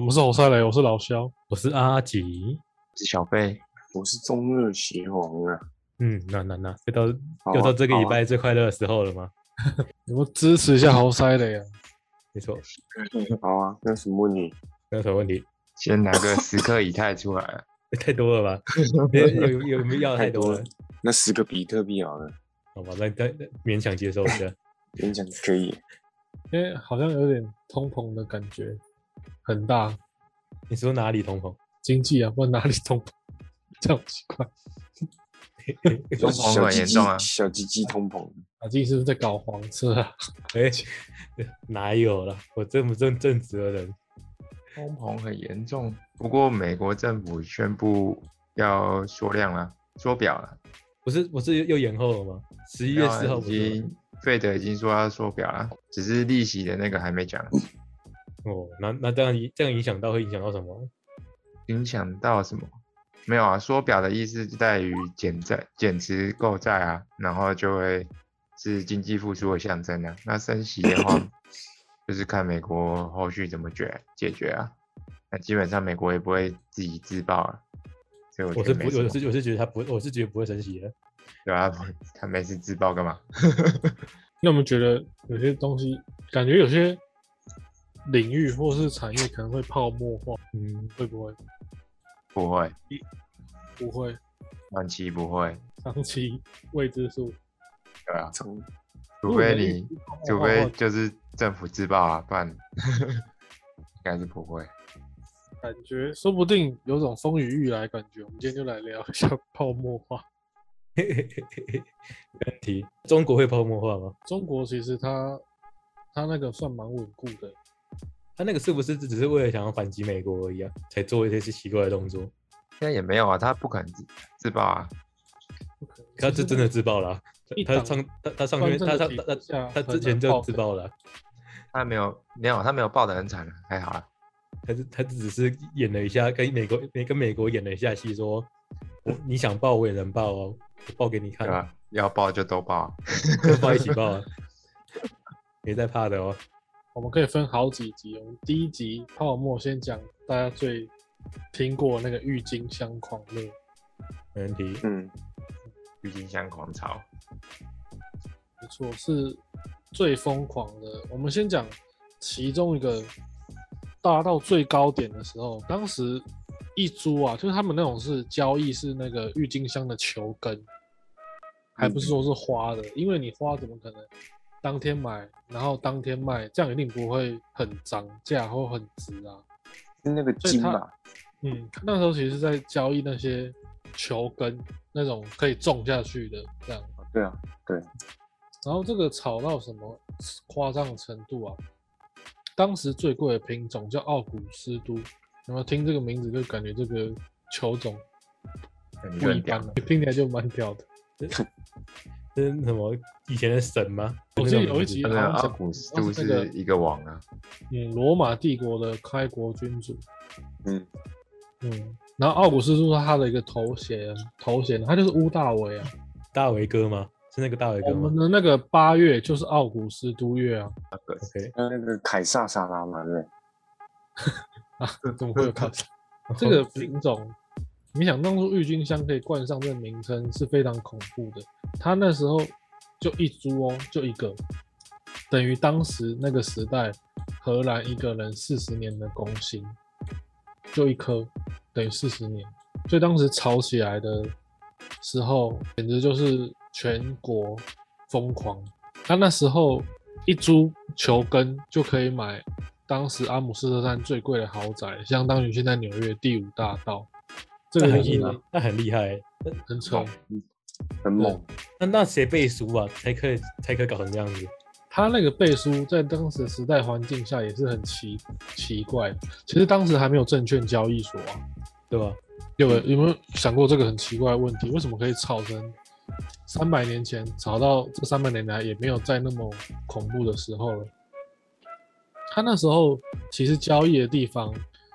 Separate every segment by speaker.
Speaker 1: 们是侯赛雷，我是老肖。
Speaker 2: 我是阿吉。
Speaker 3: 是小贝，
Speaker 4: 我是中二邪王啊！
Speaker 2: 嗯，那那那，又到
Speaker 4: 好啊
Speaker 2: 又到这个礼
Speaker 4: 好啊
Speaker 2: 拜最快乐的时候了吗？
Speaker 1: 你们支持一下侯赛雷啊！
Speaker 2: 没错，
Speaker 4: 好啊，那有什么问题？
Speaker 2: 没有什么问题，
Speaker 3: 先拿 个时刻以太出来啊，
Speaker 2: 太多了 吧？有有有没有要太多了？
Speaker 4: 那十个比特币好了，
Speaker 2: 好吧，那那那勉强接受一下。
Speaker 4: 勉强可以。
Speaker 1: 因为好像有点通膨的感觉，很大
Speaker 2: 你说哪里通膨？
Speaker 1: 经济啊，不然哪里通膨？ 这样很奇怪。啊
Speaker 4: 小
Speaker 3: 通膨很
Speaker 4: 鸡
Speaker 3: 严
Speaker 4: 鸡
Speaker 3: 重啊
Speaker 4: 小鸡鸡通膨，
Speaker 1: 阿基是不是在搞黄色啊？
Speaker 2: 哎、 哪有啦？我这么正正直的人，
Speaker 3: 通膨很严重。不过美国政府宣布要缩量了，缩表了。
Speaker 2: 不是不是又又延后了吗？十一
Speaker 3: 一
Speaker 2: 月四号
Speaker 3: 啊已
Speaker 2: 不是吗
Speaker 3: 经，费德已经说要缩表了，只是利息的那个还没讲，
Speaker 2: 哦，那那这样影这样影响到会影响到什么？
Speaker 3: 影响到什么？没有啊，缩表的意思就在于减债、减持购债啊，然后就会是经济复苏的象征啊。那升息的话，就是看美国后续怎么解解决啊。那基本上美国也不会自己自爆啊，所以我
Speaker 2: 我
Speaker 3: 觉
Speaker 2: 是
Speaker 3: 得
Speaker 2: 不
Speaker 3: 没什
Speaker 2: 我
Speaker 3: 么。
Speaker 2: 是我是觉得他不我是觉得不会升息的。
Speaker 3: 对啊，他没事自爆干嘛？
Speaker 1: 那我们觉得有些东西，感觉有些领域或是产业可能会泡沫化，
Speaker 2: 嗯，
Speaker 1: 会不会？
Speaker 3: 不会，
Speaker 1: 不会，
Speaker 3: 短期不会，
Speaker 1: 长期未知数。
Speaker 3: 对啊，
Speaker 4: 从
Speaker 1: 如
Speaker 3: 除非
Speaker 1: 果
Speaker 3: 你
Speaker 1: 领域泡沫化
Speaker 3: 除非就是政府自爆啊，不然 应该是不会。
Speaker 1: 感觉说不定有种风雨欲来感觉。我们今天就来聊一下泡沫化。
Speaker 2: 问题，中国会泡沫化吗？
Speaker 1: 中国其实它它那个算蛮稳固的，
Speaker 2: 他那个是不是只是为了想要反击美国而已啊，才做一些奇怪的动作？
Speaker 3: 现在也没有啊，他不肯自自爆啊，
Speaker 2: 他这真的自爆了啊、
Speaker 1: 一
Speaker 2: 他
Speaker 1: 档
Speaker 2: 上他他上
Speaker 1: 专
Speaker 2: 面
Speaker 1: 政
Speaker 2: 他
Speaker 1: 的
Speaker 2: 他
Speaker 1: 体
Speaker 2: 他
Speaker 1: 制下
Speaker 2: 他他
Speaker 1: 很
Speaker 2: 之前
Speaker 1: 难
Speaker 2: 就
Speaker 1: 爆
Speaker 2: 自
Speaker 1: 的
Speaker 2: 爆了啊、
Speaker 3: 他没有没有他没有爆得很惨啊，还好啊。
Speaker 2: 他是他只是演了一下，跟美国跟美国演了一下戏，说我你想爆我也能爆哦，我爆给你看
Speaker 3: 对，啊
Speaker 1: 嗯
Speaker 3: 吧？要爆就都爆啊，
Speaker 2: 跟爆一起爆啊，没在怕的哦。
Speaker 1: 我们可以分好几集。我们第一集泡沫先讲大家最听过那个郁金香狂热，
Speaker 2: 没问题，
Speaker 4: 嗯，
Speaker 3: 郁金香狂潮，
Speaker 1: 没错，是最疯狂的。我们先讲其中一个达到最高点的时候，当时一株啊，就是他们那种是交易是那个郁金香的球根，还不是
Speaker 4: 嗯
Speaker 1: 说是花的，因为你花怎么可能当天买然后当天卖，这样一定不会很涨价或很值啊。
Speaker 4: 是那个金
Speaker 1: 所以
Speaker 4: 吧？
Speaker 1: 嗯，那时候其实在交易那些球根，那种可以种下去的这样。
Speaker 4: 对啊，
Speaker 1: 然后这个炒到什么夸张的程度啊？当时最贵的品种叫奥古斯都，有没有听这个名字就感觉这个球种
Speaker 3: 感觉
Speaker 1: 不
Speaker 3: 就
Speaker 1: 一
Speaker 3: 很屌
Speaker 1: 般。了，听起来就蛮屌的。
Speaker 2: 这是什么以前的神吗？
Speaker 1: 我记得哦有一集
Speaker 3: 那
Speaker 1: 好
Speaker 3: 个
Speaker 1: 像
Speaker 3: 奥
Speaker 1: 讲，
Speaker 3: 古斯都
Speaker 1: 那个
Speaker 3: 是一个王啊，
Speaker 1: 嗯，罗马帝国的开国君主，
Speaker 4: 嗯，
Speaker 1: 嗯，然后奥古斯都是他的一个头衔，头衔他就是乌大维啊。
Speaker 2: 大维哥吗？是那个大维哥
Speaker 1: 我
Speaker 2: 吗
Speaker 1: 们的那个八月就是奥古斯都月啊，
Speaker 2: ？OK，
Speaker 4: 还有那个凯撒沙拉嘛，对不对，
Speaker 1: 啊怎么会有看？这 个品种，你想当初郁金香可以冠上这个名称是非常恐怖的。它那时候就一株哦，就一个，等于当时那个时代荷兰一个人四十年的工薪，就一颗等于四十年。所以当时炒起来的时候，简直就是全国疯狂。他那时候一株球根就可以买当时阿姆斯特丹最贵的豪宅，相当于现在纽约第五大道。这
Speaker 2: 那
Speaker 1: 个
Speaker 2: 很
Speaker 1: 就是
Speaker 2: 硬啊，那很厉害欸、
Speaker 1: 很扯。
Speaker 4: 很猛。
Speaker 2: 那那谁背书啊？才可以才可以搞成这样子？
Speaker 1: 他那个背书在当时时代环境下也是很奇奇怪。其实当时还没有证券交易所啊，
Speaker 2: 对吧？
Speaker 1: 有没有有没有想过这个很奇怪的问题？为什么可以炒成三百年前炒到这三百年来也没有在那么恐怖的时候了？他那时候其实交易的地方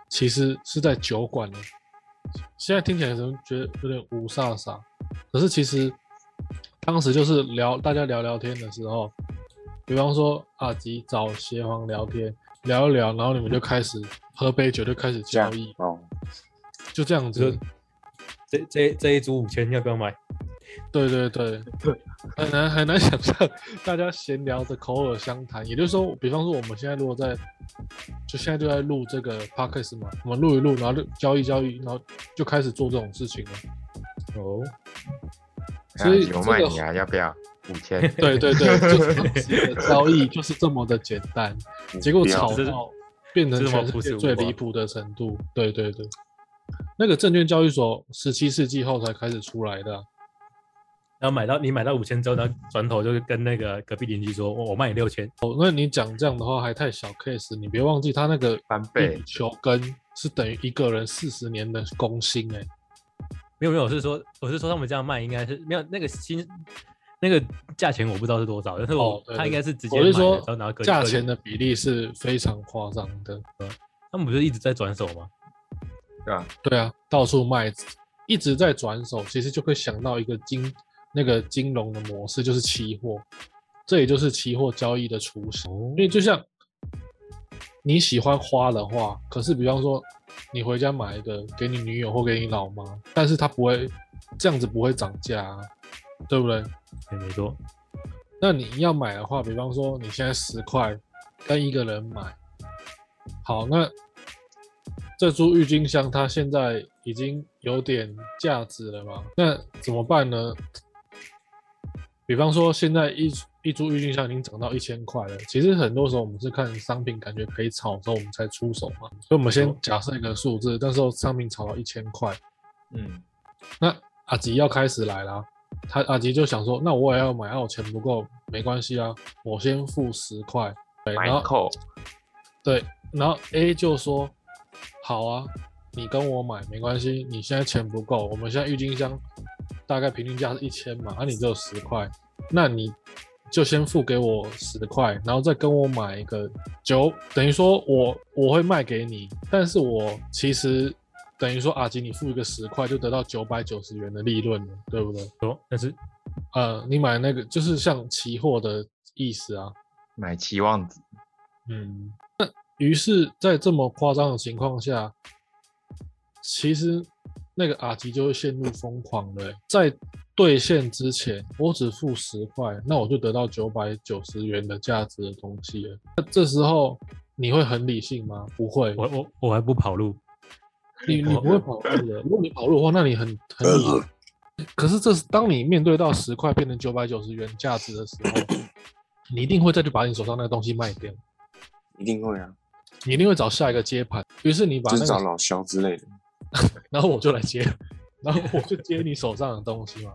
Speaker 1: 其实是在酒馆的，现在听起来可能觉得有点无煞煞，可是其实当时就是聊大家聊聊天的时候，比方说阿吉找邪皇聊天，聊一聊，然后你们就开始喝杯酒，就开始交易，
Speaker 4: 哦，
Speaker 1: 就这样
Speaker 2: 就
Speaker 1: 子。
Speaker 2: 这这这一组五千要不要买？
Speaker 1: 对对对，很难很难想象大家闲聊的口耳相谈。也就是说，比方说我们现在如果在，就现在就在录这个 podcast 嘛，我们录一录，然后就交易交易，然后就开始做这种事情了。
Speaker 2: 哦，
Speaker 1: 所以
Speaker 3: 啊有
Speaker 1: 这
Speaker 3: 卖
Speaker 1: 个，
Speaker 3: 你啊，要不要？五千
Speaker 1: 对对对， 就是当时的交易就是这么的简单，结果
Speaker 4: 不要
Speaker 1: 吵
Speaker 2: 这是
Speaker 1: 到变成
Speaker 2: 这是什么
Speaker 1: 全世
Speaker 2: 朴
Speaker 1: 界
Speaker 2: 实无
Speaker 1: 最
Speaker 2: 华
Speaker 1: 离谱的程度。对对对，那个证券交易所十七世纪后才开始出来的啊、
Speaker 2: 然后买到你买到五千之后，然后转头就跟那个隔壁邻居说，我我卖你六千，
Speaker 1: 哦，那你讲这样的话还太小 case，你别忘记他那个
Speaker 3: 翻
Speaker 1: 一
Speaker 3: 倍
Speaker 1: 米球根是等于一个人四十年的工薪哎、
Speaker 2: 没有没有，我是说我是说他们这样卖应该是没有那个薪那个价钱我不知道是多少，但是我、
Speaker 1: 哦对对
Speaker 2: 他应该是直接
Speaker 1: 我
Speaker 2: 买了
Speaker 1: 是
Speaker 2: 然
Speaker 1: 说
Speaker 2: 后拿个
Speaker 1: 价钱的比例是非常夸张的。
Speaker 2: 他们不是一直在转手吗？
Speaker 3: 对吧？
Speaker 1: 对啊，到处卖，一直在转手，其实就会想到一个金那个金融的模式，就是期货，这也就是期货交易的雏形。因为就像你喜欢花的话，可是比方说你回家买一个给你女友或给你老妈，但是它不会这样子不会涨价、啊，对不对？
Speaker 2: 对，没错，
Speaker 1: 那你要买的话，比方说你现在十块跟一个人买，好，那这株郁金香它现在已经有点价值了嘛？那怎么办呢？比方说现在一一株郁金香已经涨到一千块了，其实很多时候我们是看商品感觉可以炒的时候我们才出手嘛，所以我们先假设一个数字，但是商品炒到一千块，
Speaker 3: 嗯，
Speaker 1: 那阿吉要开始来啦，他阿吉就想说，那我也要买，啊，我钱不够没关系啊，我先付十块，对，
Speaker 3: 买
Speaker 1: 然后
Speaker 3: 扣，
Speaker 1: 对，然后 A 就说，好啊，你跟我买没关系，你现在钱不够，我们现在郁金香大概平均价是一千嘛，啊，你只有十块，那你就先付给我十块，然后再跟我买一个九，等于说我我会卖给你，但是我其实等于说阿吉你付一个十块就得到九百九十元的利润了，对不对？
Speaker 2: 哦，但是
Speaker 1: 呃，你买那个就是像期货的意思啊，
Speaker 3: 买期望 值，
Speaker 1: 嗯，那于是，在这么夸张的情况下，其实那个阿吉就会陷入疯狂了欸、在兑现之前，我只付十块，那我就得到九百九十元的价值的东西了。那这时候你会很理性吗？不会，
Speaker 2: 我我我还不跑路，
Speaker 1: 你你
Speaker 2: 我
Speaker 1: 不会跑路的。如果你跑路的话，那你很很理
Speaker 4: 呃
Speaker 1: 性。可是这是当你面对到十块变成九百九十元价值的时候，你一定会再去把你手上那个东西卖掉。
Speaker 4: 一定会啊，
Speaker 1: 你一定会找下一个接盘。于是你把
Speaker 4: 就
Speaker 1: 那
Speaker 4: 是找
Speaker 1: 个，
Speaker 4: 老肖之类的。
Speaker 1: 然后我就来接， 然后我就接你手上的东 西嘛。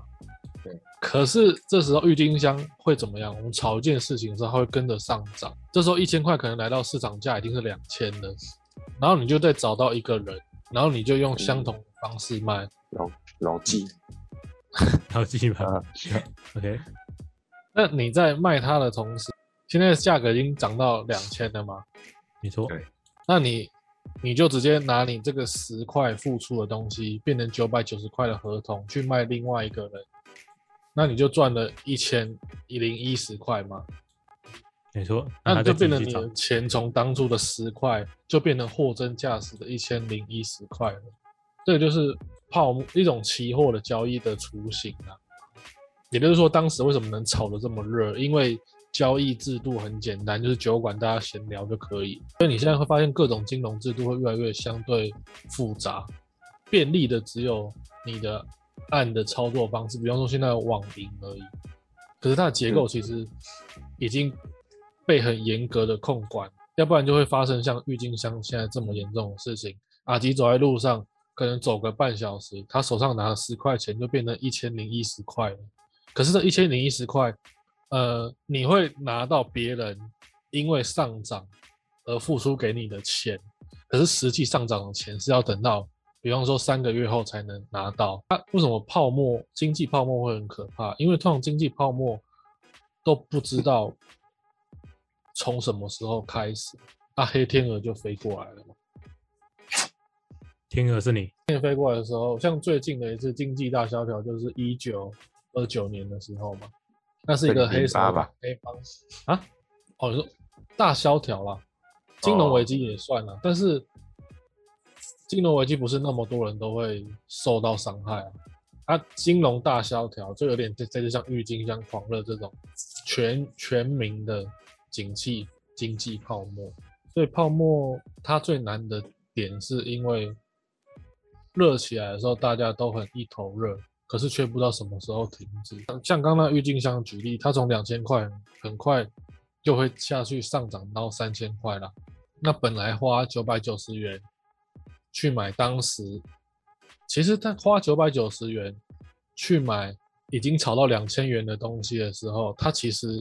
Speaker 3: 对。
Speaker 1: 可是这时候郁金香会怎么样？我们炒一件事情的时候，它会跟着上涨。这时候一千块可能来到市场价已经是两千了，然后你就再找到一个人，然后你就用
Speaker 4: 嗯
Speaker 1: 相同的方式卖。
Speaker 4: 老老纪，
Speaker 1: 嗯
Speaker 2: 好继续吧
Speaker 3: 啊，
Speaker 2: ，OK，
Speaker 1: 那你在卖它的同时，现在价格已经涨到两千了嘛？
Speaker 2: 没错，
Speaker 3: 对
Speaker 1: 那你你就直接拿你这个十块付出的东西，变成九百九十块的合同去卖另外一个人，那你就赚了一千一零一十块嘛，
Speaker 2: 没错，
Speaker 1: 那
Speaker 2: 他
Speaker 1: 你
Speaker 2: 再
Speaker 1: 就
Speaker 2: 自
Speaker 1: 变成
Speaker 2: 己去
Speaker 1: 你
Speaker 2: 找
Speaker 1: 的，钱从当初的十块，就变成货真价实的一千零一十块了。这个就是泡沫一种期货的交易的雏形啊。也就是说，当时为什么能炒得这么热？因为交易制度很简单，就是酒馆大家闲聊就可以。所以你现在会发现，各种金融制度会越来越相对复杂，便利的只有你的按的操作方式，比方说现在有网银而已。可是它的结构其实已经被很严格的控管，要不然就会发生像郁金香现在这么严重的事情。阿吉走在路上，可能走个半小时，他手上拿了十块钱，就变成一千零一十块了。可是这一千零一十块，呃，你会拿到别人因为上涨而付出给你的钱，可是实际上涨的钱是要等到，比方说三个月后才能拿到。那、为什么泡沫经济泡沫会很可怕？因为通常经济泡沫都不知道从什么时候开始，那、黑天鹅就飞过来了嘛。
Speaker 2: 天鹅是你，
Speaker 1: 天飞过来的时候，像最近的一次经济大萧条就是一九二九年的时候嘛，那是一个黑手
Speaker 3: 2008吧
Speaker 1: 黑帮啊，哦，你说大萧条啦，金融危机也算了，但是金融危机不是那么多人都会受到伤害啊。它、金融大萧条就有点这这就像郁金香狂热这种全全民的景气经济泡沫，所以泡沫它最难的点是因为热起来的时候大家都很一头热，可是却不知道什么时候停止。像像刚刚郁金香举例，它从两千块很快就会下去上涨到三千块了。那本来花九百九十元去买当时，其实他花九百九十元去买已经炒到两千元的东西的时候，他其实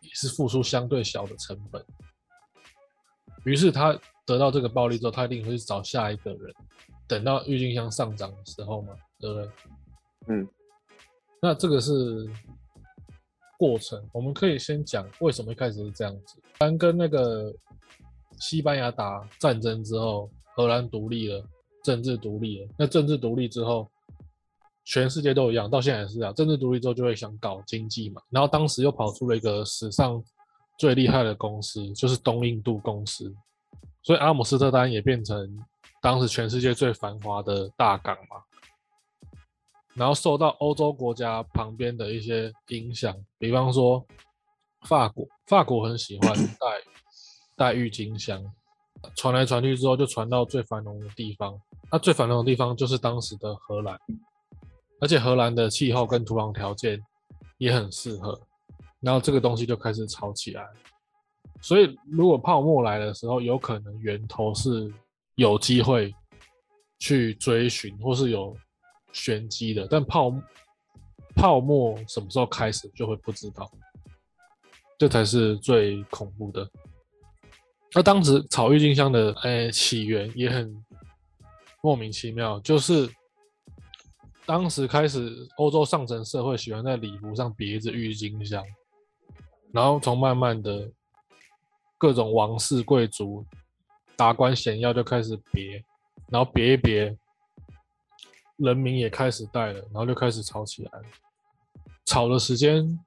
Speaker 1: 也是付出相对小的成本。于是他得到这个暴利之后，他一定会去找下一个人，等到郁金香上涨的时候嘛，对不对？
Speaker 4: 嗯，
Speaker 1: 那这个是过程，我们可以先讲为什么一开始是这样子。荷兰跟那个西班牙打战争之后，荷兰独立了，政治独立了。那政治独立之后，全世界都一样，到现在也是啊。政治独立之后就会想搞经济嘛，然后当时又跑出了一个史上最厉害的公司，就是东印度公司，所以阿姆斯特丹也变成当时全世界最繁华的大港嘛。然后受到欧洲国家旁边的一些影响，比方说法国，法国很喜欢带带郁金香，传来传去之后就传到最繁荣的地方。那最繁荣的地方就是当时的荷兰，而且荷兰的气候跟土壤条件也很适合，然后这个东西就开始炒起来。所以如果泡沫来的时候，有可能源头是有机会去追寻，或是有玄机的，但泡泡沫什么时候开始就会不知道，这才是最恐怖的。那当时炒郁金香的诶、起源也很莫名其妙，就是当时开始欧洲上层社会喜欢在礼服上别一只郁金香，然后从慢慢的各种王室贵族达官显要就开始别，然后别一别，人民也开始戴了，然后就开始吵起来了。吵的时间，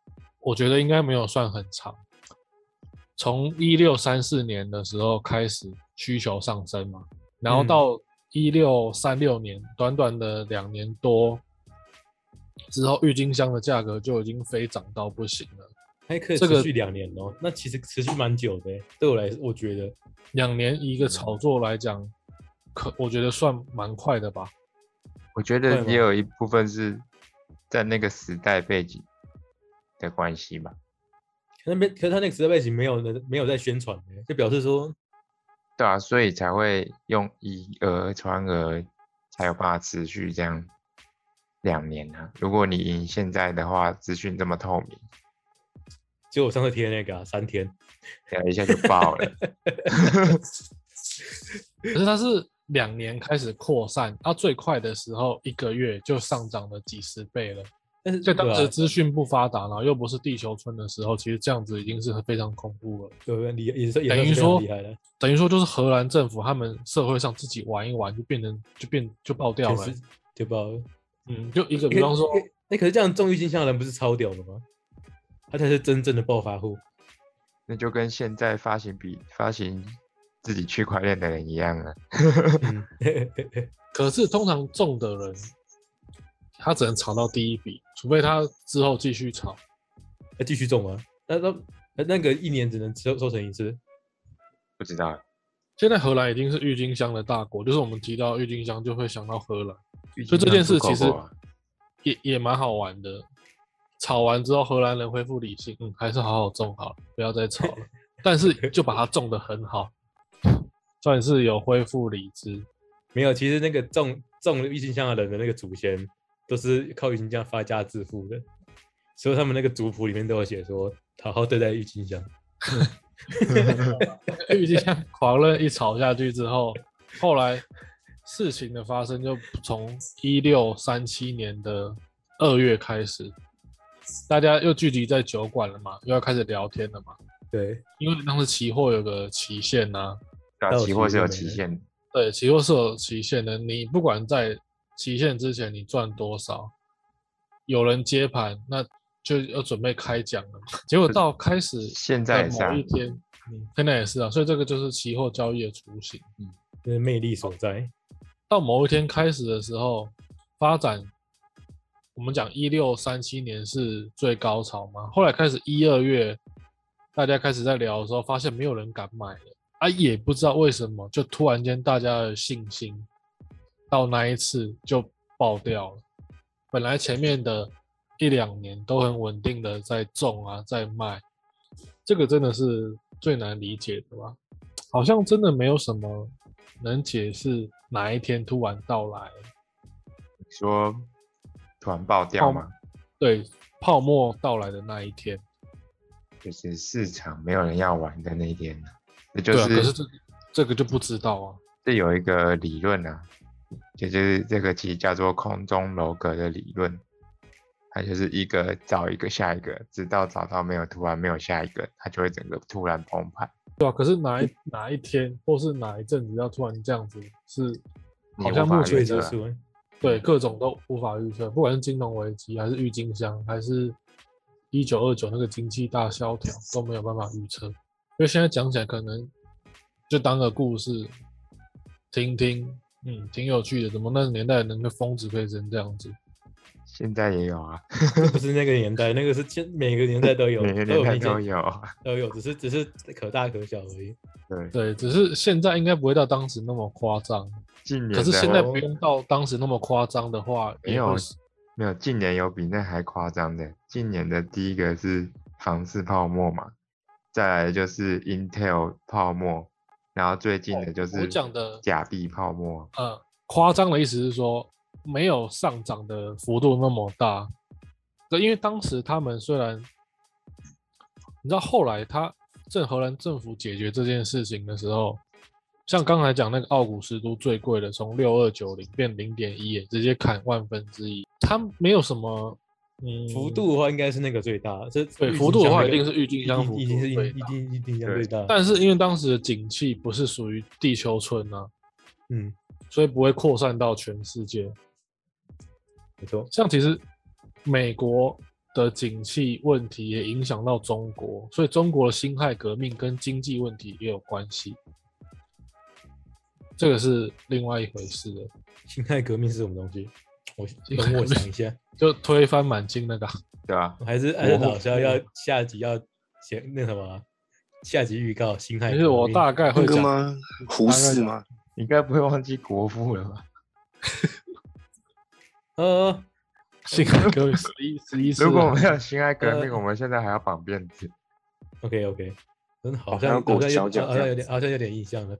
Speaker 1: 我觉得应该没有算很长，从一六三四年的时候开始需求上升嘛，然后
Speaker 2: 嗯
Speaker 1: 到一六三六年，短短的两年多之后，郁金香的价格就已经飞涨到不行了。
Speaker 2: 还可以
Speaker 1: 这个
Speaker 2: 持续两年哦，那其实持续蛮久的欸。对我来，我觉得
Speaker 1: 两年一
Speaker 2: 嗯
Speaker 1: 个炒作来讲，可我觉得算蛮快的吧。
Speaker 3: 我觉
Speaker 2: 会
Speaker 3: 得
Speaker 2: 吗
Speaker 3: 也有一部分是在那个时代背景的关系吧。
Speaker 2: 可那边，可是他那个时代背景没有人没有在宣传的，就表示说
Speaker 3: 对啊，所以才会用以讹传讹，才有办法持续这样两年啊。如果你以现在的话，资讯这么透明，
Speaker 2: 就我上次贴那个、啊、三天，
Speaker 3: 聊一下就 爆了。
Speaker 1: 可是它是两年开始扩散，它最快的时候一个月就上涨了几十倍了。
Speaker 2: 但是
Speaker 1: 所以当
Speaker 2: 对
Speaker 1: 时
Speaker 2: 啊
Speaker 1: 资讯不发达，然后又不是地球村的时候，其实这样子已经是非常恐怖了。
Speaker 2: 对厉也是也
Speaker 1: 等
Speaker 2: 算
Speaker 1: 于
Speaker 2: 是非常
Speaker 1: 说
Speaker 2: 厉害的，
Speaker 1: 等于说就是荷兰政府他们社会上自己玩一玩，就变成就变就爆掉了
Speaker 2: 全。世对吧？
Speaker 1: 嗯，就一个啊比方说，
Speaker 2: 哎、可是这样中郁金香的人不是超屌的吗？他才是真正的暴发户。
Speaker 3: 那就跟现在发行比发行自己区块链的人一样啊。
Speaker 2: 嗯，
Speaker 1: 可是通常中的人，他只能炒到第一笔，除非他之后继续炒。
Speaker 2: 那继续种啊，那那那个一年只能收收成一次，
Speaker 3: 不知道
Speaker 1: 现在荷兰已经是郁金香的大国，就是我们提到郁金香就会想到荷兰。
Speaker 3: 郁
Speaker 1: 所以
Speaker 3: 金
Speaker 1: 这件
Speaker 3: 香
Speaker 1: 事
Speaker 3: 出
Speaker 1: 其
Speaker 3: 口
Speaker 1: 实
Speaker 3: 过啊
Speaker 1: 也也蛮好玩的。吵完之后，荷兰人恢复理性，嗯，还是好好种好了，不要再 吵了。但是就把它种得很好，算是有恢复理智。
Speaker 2: 没有。其实那个种种郁金香的人的那个祖先都是靠郁金香发家致富的，所以他们那个族谱里面都有写说，好好对待郁金香。
Speaker 3: 啊
Speaker 1: 郁金 香狂热一吵下去之后，后来事情的发生就从一六三七年的二月开始，大家又聚集在酒馆了嘛，又要开始聊天了嘛，
Speaker 2: 对，
Speaker 1: 因为当时期货有个期限呐、
Speaker 3: 对
Speaker 2: 到
Speaker 3: 啊，期
Speaker 2: 期
Speaker 3: 货是
Speaker 2: 就
Speaker 3: 有
Speaker 2: 没
Speaker 3: 期
Speaker 2: 了
Speaker 3: 限的，
Speaker 1: 对，期货是有期限的，你不管在期限之前你赚多少，有人接盘，那就要准备开奖了嘛。结果到开始
Speaker 3: 现
Speaker 1: 的
Speaker 3: 在也是啊
Speaker 1: 某一天，现在也是啊，所以这个就是期货交易的雏形。
Speaker 3: 嗯
Speaker 2: 这是魅力所在。
Speaker 1: 到某一天开始的时候，发展，我们讲一六三七年是最高潮嘛，后来开始一二月，大家开始在聊的时候，发现没有人敢买了，啊，也不知道为什么，就突然间大家的信心到那一次就爆掉了。本来前面的一两年都很稳定的在种啊，在卖，这个真的是最难理解的吧？好像真的没有什么能解释哪一天突然到来，
Speaker 3: 你说突然爆
Speaker 1: 哦
Speaker 3: 掉嘛，
Speaker 1: 对泡沫到来的那一天。
Speaker 3: 就是市场没有人要玩的那一天，这就
Speaker 1: 对啊，可是
Speaker 3: 是
Speaker 1: 这这个就不知道啊。
Speaker 3: 这有一个理论啊，也就是这个其实叫做空中楼阁的理论，它就是一个找一个下一个，直到找到没有突然没有下一个，它就会整个突然崩盘。
Speaker 1: 对啊，可是哪一哪一天，或是哪一阵子要突然这样子，是
Speaker 3: 你
Speaker 1: 好像
Speaker 3: 无法
Speaker 1: 目
Speaker 2: 未
Speaker 1: 前
Speaker 3: 预
Speaker 2: 知
Speaker 3: 测
Speaker 2: 数，
Speaker 1: 对各种都无法预测，不管是金融危机，还是郁金香，还是一九二九那个经济大萧条，都没有办法预测。因为现在讲起来，可能就当个故事听听，嗯，挺有趣的。怎么那个年代能个疯子可以成这样子？
Speaker 3: 现在也有啊，
Speaker 2: 这不是那个年代，那个是现每个年代都有，
Speaker 3: 每个
Speaker 2: 都有
Speaker 3: 年代
Speaker 2: 意见
Speaker 3: 都有。啊
Speaker 2: 都有，只是只是可大可小而已。
Speaker 3: 对，
Speaker 1: 对，只是现在应该不会到当时那么夸张。
Speaker 3: 近年
Speaker 1: 可是
Speaker 3: 的
Speaker 1: 现在
Speaker 3: 哦
Speaker 1: 不用到当时那么夸张的话，
Speaker 3: 没
Speaker 1: 也
Speaker 3: 有
Speaker 1: 会是
Speaker 3: 没有，近年有比那还夸张的。近年的第一个是房市泡沫嘛，再来就是 Intel 泡沫，然后最近的就
Speaker 1: 哦我
Speaker 3: 是
Speaker 1: 讲的
Speaker 3: 假币泡沫。
Speaker 1: 呃，夸张的意思是说没有上涨的幅度那么大。对，因为当时他们虽然，你知道后来他正荷兰政府解决这件事情的时候，像刚才讲那个奥古斯都最贵的，从六二九零变零点一，直接砍万分之一。它没有什么嗯
Speaker 2: 幅度的话，应该是那个最大，这
Speaker 1: 对
Speaker 2: 郁金
Speaker 1: 幅度的话
Speaker 2: 香那个
Speaker 1: 一定是郁金香幅
Speaker 2: 一定
Speaker 1: 度
Speaker 2: 是
Speaker 1: 最
Speaker 2: 一
Speaker 1: 大
Speaker 2: 定一定香
Speaker 3: 对
Speaker 2: 最大。
Speaker 1: 但是因为当时的景气不是属于地球村啊，
Speaker 2: 嗯，
Speaker 1: 所以不会扩散到全世界。
Speaker 2: 没错，
Speaker 1: 像其实美国的景气问题也影响到中国，所以中国的辛亥革命跟经济问题也有关系。这个是另外一回事了，
Speaker 2: 辛亥革命是什么东西？我
Speaker 1: 辛亥
Speaker 2: 等我
Speaker 1: 革命
Speaker 2: 想一下，
Speaker 1: 就推翻满清那个啊，
Speaker 3: 对吧？
Speaker 2: 我还是还是
Speaker 1: 我
Speaker 2: 老师要要下集要写那什么啊下集预告辛亥
Speaker 1: 其
Speaker 2: 革
Speaker 1: 实
Speaker 2: 命。
Speaker 1: 我大概会
Speaker 4: 那个
Speaker 1: 讲，
Speaker 4: 吗？胡适吗？
Speaker 3: 应该不会忘记国父了吧？
Speaker 2: 呃，
Speaker 1: 辛亥革命十一十一世啊，
Speaker 3: 如果没有辛亥革命，
Speaker 2: 呃
Speaker 3: 我们现在还要绑辫子。
Speaker 2: OK OK，嗯，好
Speaker 4: 好像
Speaker 2: 像
Speaker 4: 要裹
Speaker 2: 好像有
Speaker 4: 小脚
Speaker 2: 好
Speaker 4: 这
Speaker 2: 像
Speaker 4: 样
Speaker 2: 有点好像有点印象了。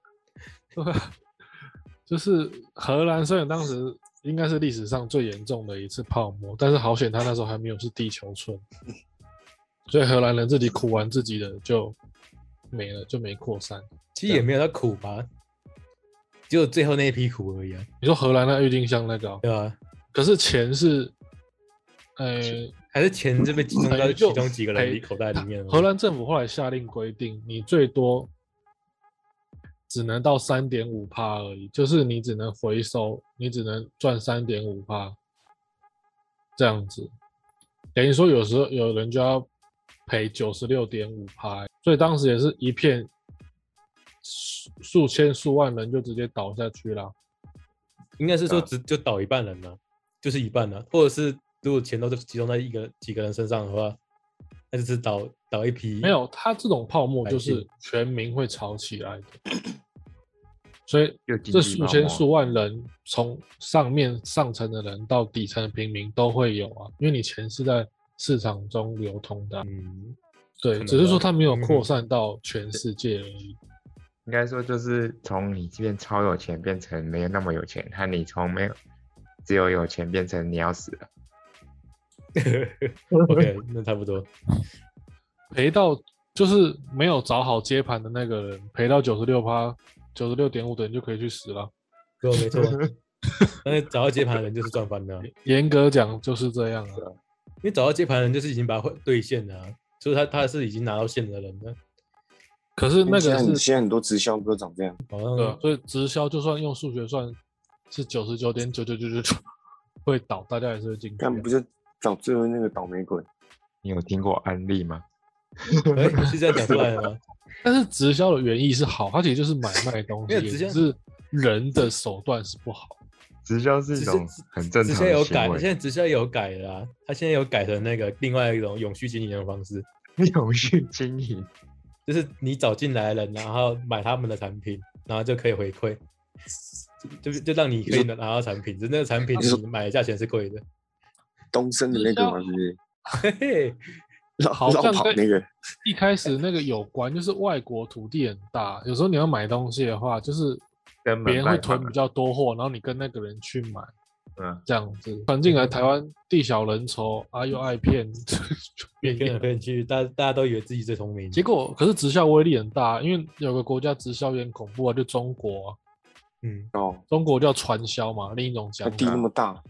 Speaker 1: 就是荷兰虽然当时应该是历史上最严重的一次泡沫，但是好险他那时候还没有是地球村，所以荷兰人自己苦完自己的就没了，就没扩散。
Speaker 2: 其实
Speaker 4: 啊
Speaker 2: 也没有到苦吧，只有最后那一批苦而已啊，
Speaker 1: 你说荷兰那郁金香那个哦、
Speaker 2: 对吧、
Speaker 1: 可是钱是，呃，
Speaker 2: 还是钱就被集中
Speaker 1: 哎
Speaker 2: 到
Speaker 1: 就
Speaker 2: 其中几个人
Speaker 1: 哎
Speaker 2: 里口袋里面了。
Speaker 1: 荷兰政府后来下令规定，你最多只能到三点五帕而已，就是你只能回收，你只能赚三点五帕这样子。等于说有时候有人就要赔九十六点五帕，所以当时也是一片数数千数万人就直接倒下去了。
Speaker 2: 应该是说
Speaker 3: 啊
Speaker 2: 只就倒一半人了、就是一半了、或者是如果钱都是集中在一个几个人身上的话，那就是倒倒一批。
Speaker 1: 没有，它这种泡沫
Speaker 2: 百
Speaker 1: 就
Speaker 2: 姓
Speaker 1: 是全民会炒起来的，所以
Speaker 3: 就经
Speaker 1: 这
Speaker 3: 济
Speaker 1: 数
Speaker 3: 泡
Speaker 1: 千
Speaker 3: 沫
Speaker 1: 数万人从上面上层的人到底层的平民都会有啊，因为你钱是在市场中流通的啊、
Speaker 2: 嗯，
Speaker 1: 对，
Speaker 2: 能
Speaker 1: 只是说
Speaker 2: 吧
Speaker 1: 它没有扩
Speaker 2: 嗯
Speaker 1: 散到全世界而已。
Speaker 3: 应该说就是从你这边超有钱变成没有那么有钱，和你从没有只有有钱变成你要死了。
Speaker 2: OK，那差不多。
Speaker 1: 赔到就是没有找好接盘的那个人，赔到九十六趴、九十六点五的人就可以去死了。
Speaker 2: 对，没错。但是找到接盘的人就是赚翻的啊、
Speaker 1: 严格讲就是这样啊。
Speaker 2: 因为找到接盘的人就是已经把它兑现了、啊，所以他他是已经拿到线的人了。
Speaker 1: 可是那
Speaker 4: 现在
Speaker 1: 个
Speaker 4: 很
Speaker 1: 是
Speaker 4: 现在很多直销都长这样，
Speaker 2: 好
Speaker 1: 对啊
Speaker 2: 像，
Speaker 1: 所以直销就算用数学算是九十九点九九九九九会倒，大家也是会进去啊。
Speaker 4: 干不就找最后那个倒霉鬼？
Speaker 3: 你有听过安利吗？
Speaker 2: 哎、是这样讲出来的吗？
Speaker 1: 但是直销的原意是好，它其实就是买卖东
Speaker 2: 没
Speaker 1: 西，
Speaker 2: 有
Speaker 1: 也
Speaker 2: 直销
Speaker 1: 只是人的手段是不好。
Speaker 3: 直销是一种很 正
Speaker 2: 直
Speaker 3: 常
Speaker 2: 销有
Speaker 3: 的
Speaker 2: 改，
Speaker 3: 行
Speaker 2: 现
Speaker 3: 为。
Speaker 2: 在直销有改了、啊，他现在有改成那个另外一种永续经营的方式，
Speaker 3: 永续经营，
Speaker 2: 就是你找进来了，然后买他们的产品，然后就可以回馈，就就就让你可以
Speaker 4: 你
Speaker 2: 拿拿到产品，只是那个产品
Speaker 4: 你说
Speaker 2: 你买的价钱是贵的，
Speaker 4: 东升的那个嘛，是不是？
Speaker 2: 嘿嘿，
Speaker 4: 绕
Speaker 1: 好
Speaker 4: 绕
Speaker 1: 像
Speaker 4: 跑
Speaker 1: 在
Speaker 4: 那个，
Speaker 1: 一开始那个有关，就是外国土地很大，有时候你要买东西的话，就是
Speaker 3: 根本
Speaker 1: 别人会
Speaker 3: 卖不完
Speaker 1: 囤比较多货，然后你跟那个人去买，
Speaker 3: 嗯，
Speaker 1: 这样子传进来台湾地小人稠啊，又爱骗， 就变
Speaker 2: 跟来骗去，大大家都以为自己最聪明，
Speaker 1: 结果可是直销威力很大，啊因为有个国家直销也很恐怖啊，就中国、啊，
Speaker 2: 嗯，
Speaker 4: 哦，
Speaker 1: 中国叫传销嘛，另一种
Speaker 4: 它
Speaker 1: 讲
Speaker 4: 地那
Speaker 1: 法。
Speaker 4: 么大，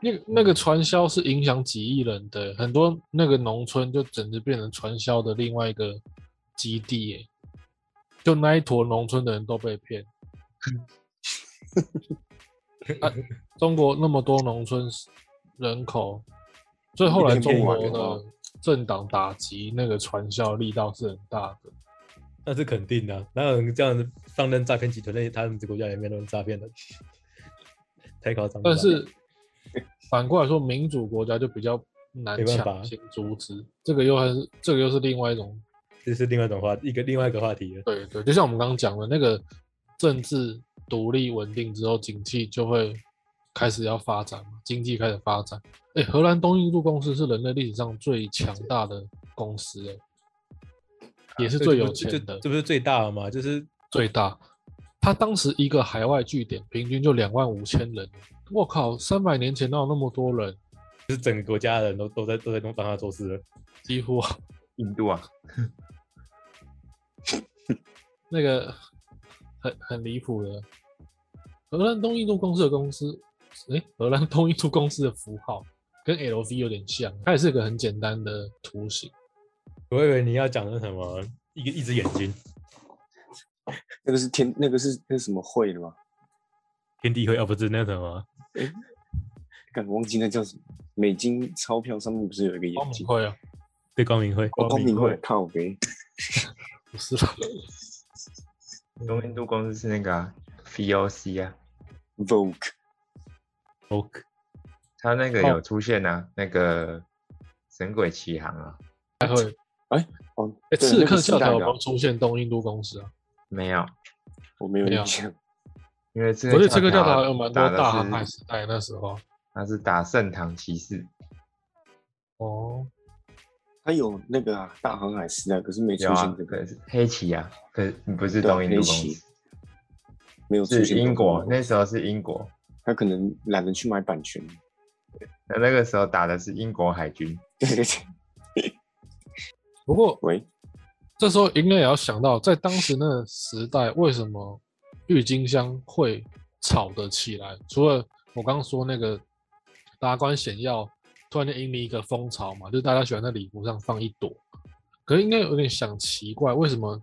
Speaker 1: 那个那个传销是影响几亿人的，很多那个农村就简直变成传销的另外一个基地耶、就那一坨农村的人都被骗。 啊中国那么多农村人口，所以后来中国
Speaker 4: 一边骗一边
Speaker 1: 的政党打击那个传销力道是很大的。
Speaker 2: 那是肯定的、啊，哪有人这样子放任诈骗集团在他们这国家里面乱诈骗的？太夸张了吧，
Speaker 1: 但是 反过来说，民主国家就比较难
Speaker 2: 没办法
Speaker 1: 强行阻止，这个又还是这个又是另外一种
Speaker 2: 这是另外一种话，一个另外一个话题了。
Speaker 1: 对对，就像我们刚刚讲的那个政治独立稳定之后，景气就会开始要发展嘛，经济开始发展。哎，荷兰东印度公司是人类历史上最强大的公司，哎，也是
Speaker 2: 啊这
Speaker 1: 最
Speaker 2: 不
Speaker 1: 有钱的
Speaker 2: 这，这不是最大的吗？就是
Speaker 1: 最大。它当时一个海外据点平均就两万五千人，我靠，三百年前哪有那么多人？
Speaker 2: 就是整个国家的人都都在都在帮帮他做事了。
Speaker 1: 几乎啊
Speaker 3: 印度啊，
Speaker 1: 那个很很离谱的，荷兰东印度公司的公司，诶，荷兰东印度公司的符号跟 LV 有点像，它也是个很简单的图形。
Speaker 2: 我以为你要讲的是什么一个一只眼睛，
Speaker 4: 那个是天，那个是那是什么会的吗？
Speaker 2: 天地会哦，不是那个什么
Speaker 4: 干，忘记那叫什么？美金钞票上面不是有一个
Speaker 1: 光
Speaker 4: 眼
Speaker 1: 明
Speaker 4: 睛？
Speaker 1: 会啊，
Speaker 2: 对光明会，
Speaker 4: 哦，光明会
Speaker 3: 会，
Speaker 4: 靠北，
Speaker 1: 不是啦，嗯
Speaker 3: 东印度公司是那个、啊、VOC 啊，
Speaker 4: Vogue，
Speaker 2: Oak
Speaker 3: 它那个
Speaker 1: 哦
Speaker 3: 有出现啊，那个《神鬼奇航》啊，
Speaker 1: 还会。
Speaker 4: 哦，
Speaker 1: 诶，
Speaker 4: 对
Speaker 1: 哎刺
Speaker 4: 那
Speaker 1: 客
Speaker 4: 个时
Speaker 1: 教
Speaker 4: 代
Speaker 1: 条有
Speaker 4: 的
Speaker 1: 没
Speaker 4: 啊
Speaker 1: 有出现东印度公司啊？
Speaker 3: 没有，
Speaker 4: 我没有
Speaker 1: 没有
Speaker 4: 印象，
Speaker 3: 因为这
Speaker 1: 我觉
Speaker 3: 个
Speaker 1: 得刺客教条有蛮多
Speaker 3: 打的
Speaker 1: 大航
Speaker 3: 是
Speaker 1: 海时代那时候。
Speaker 3: 他是打盛唐骑士，
Speaker 1: 哦，
Speaker 4: 它有那个啊，大航海时代，可是没出
Speaker 3: 有啊
Speaker 4: 现这，个
Speaker 3: 可，是黑旗啊，可是不是
Speaker 4: 对啊
Speaker 3: 东印度公
Speaker 4: 黑旗
Speaker 3: 司，
Speaker 4: 没有出
Speaker 3: 是
Speaker 4: 现
Speaker 3: 英国，那时
Speaker 4: 候
Speaker 3: 候是英国，
Speaker 4: 他可能懒得去买版权，
Speaker 3: 那那个时候打的是英国海军，
Speaker 4: 对对对，
Speaker 1: 不过
Speaker 4: 喂，
Speaker 1: 这时候应该也要想到，在当时那个时代，为什么郁金香会炒得起来？除了我刚刚说那个达官显要突然间引领一个风潮嘛，就是大家喜欢在礼服上放一朵。可是应该有点想奇怪，为什么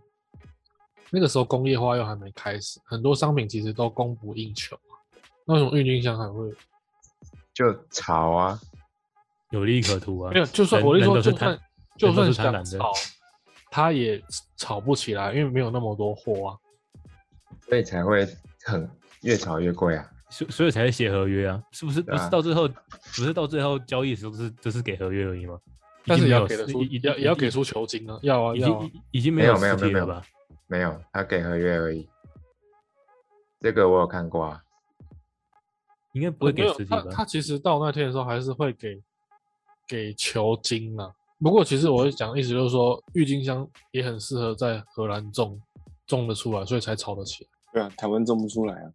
Speaker 1: 那个时候工业化又还没开始，很多商品其实都供不应求嘛，那为什么郁金香还会
Speaker 3: 就炒啊，
Speaker 2: 有利可图啊。
Speaker 1: 没有，就算
Speaker 2: 人
Speaker 1: 我是说，
Speaker 2: 人都
Speaker 1: 就是
Speaker 2: 贪
Speaker 1: 算就
Speaker 2: 人
Speaker 1: 算
Speaker 2: 都是贪
Speaker 1: 想
Speaker 2: 婪的
Speaker 1: 炒，它也炒不起来，因为没有那么多货啊。
Speaker 3: 所以才会很越炒越贵啊。
Speaker 2: 所所以才会写合约啊，是不是？不
Speaker 3: 对啊
Speaker 2: 是到最后，不是到最后交易的时候，就是就是给合约而已吗？
Speaker 1: 但是也要
Speaker 2: 已
Speaker 1: 给
Speaker 2: 经
Speaker 1: 得
Speaker 2: 没有
Speaker 1: 出，
Speaker 2: 已
Speaker 1: 也要也要给出球金啊，要啊
Speaker 2: 已
Speaker 1: 要啊
Speaker 2: 经，已经没
Speaker 3: 没有没
Speaker 2: 实
Speaker 3: 有
Speaker 2: 体
Speaker 3: 没
Speaker 2: 了
Speaker 3: 有
Speaker 2: 吧？
Speaker 3: 没有，他给合约而已。这个我有看过啊，
Speaker 2: 应该不会
Speaker 1: 没
Speaker 2: 给
Speaker 1: 有
Speaker 2: 实体
Speaker 1: 他
Speaker 2: 吧
Speaker 1: 他？其实到那天的时候还是会给给球金啊。不过其实我会讲，意思就是说，郁金香也很适合在荷兰种，种得出来，所以才炒得起来。
Speaker 4: 对啊，台湾种不出来啊，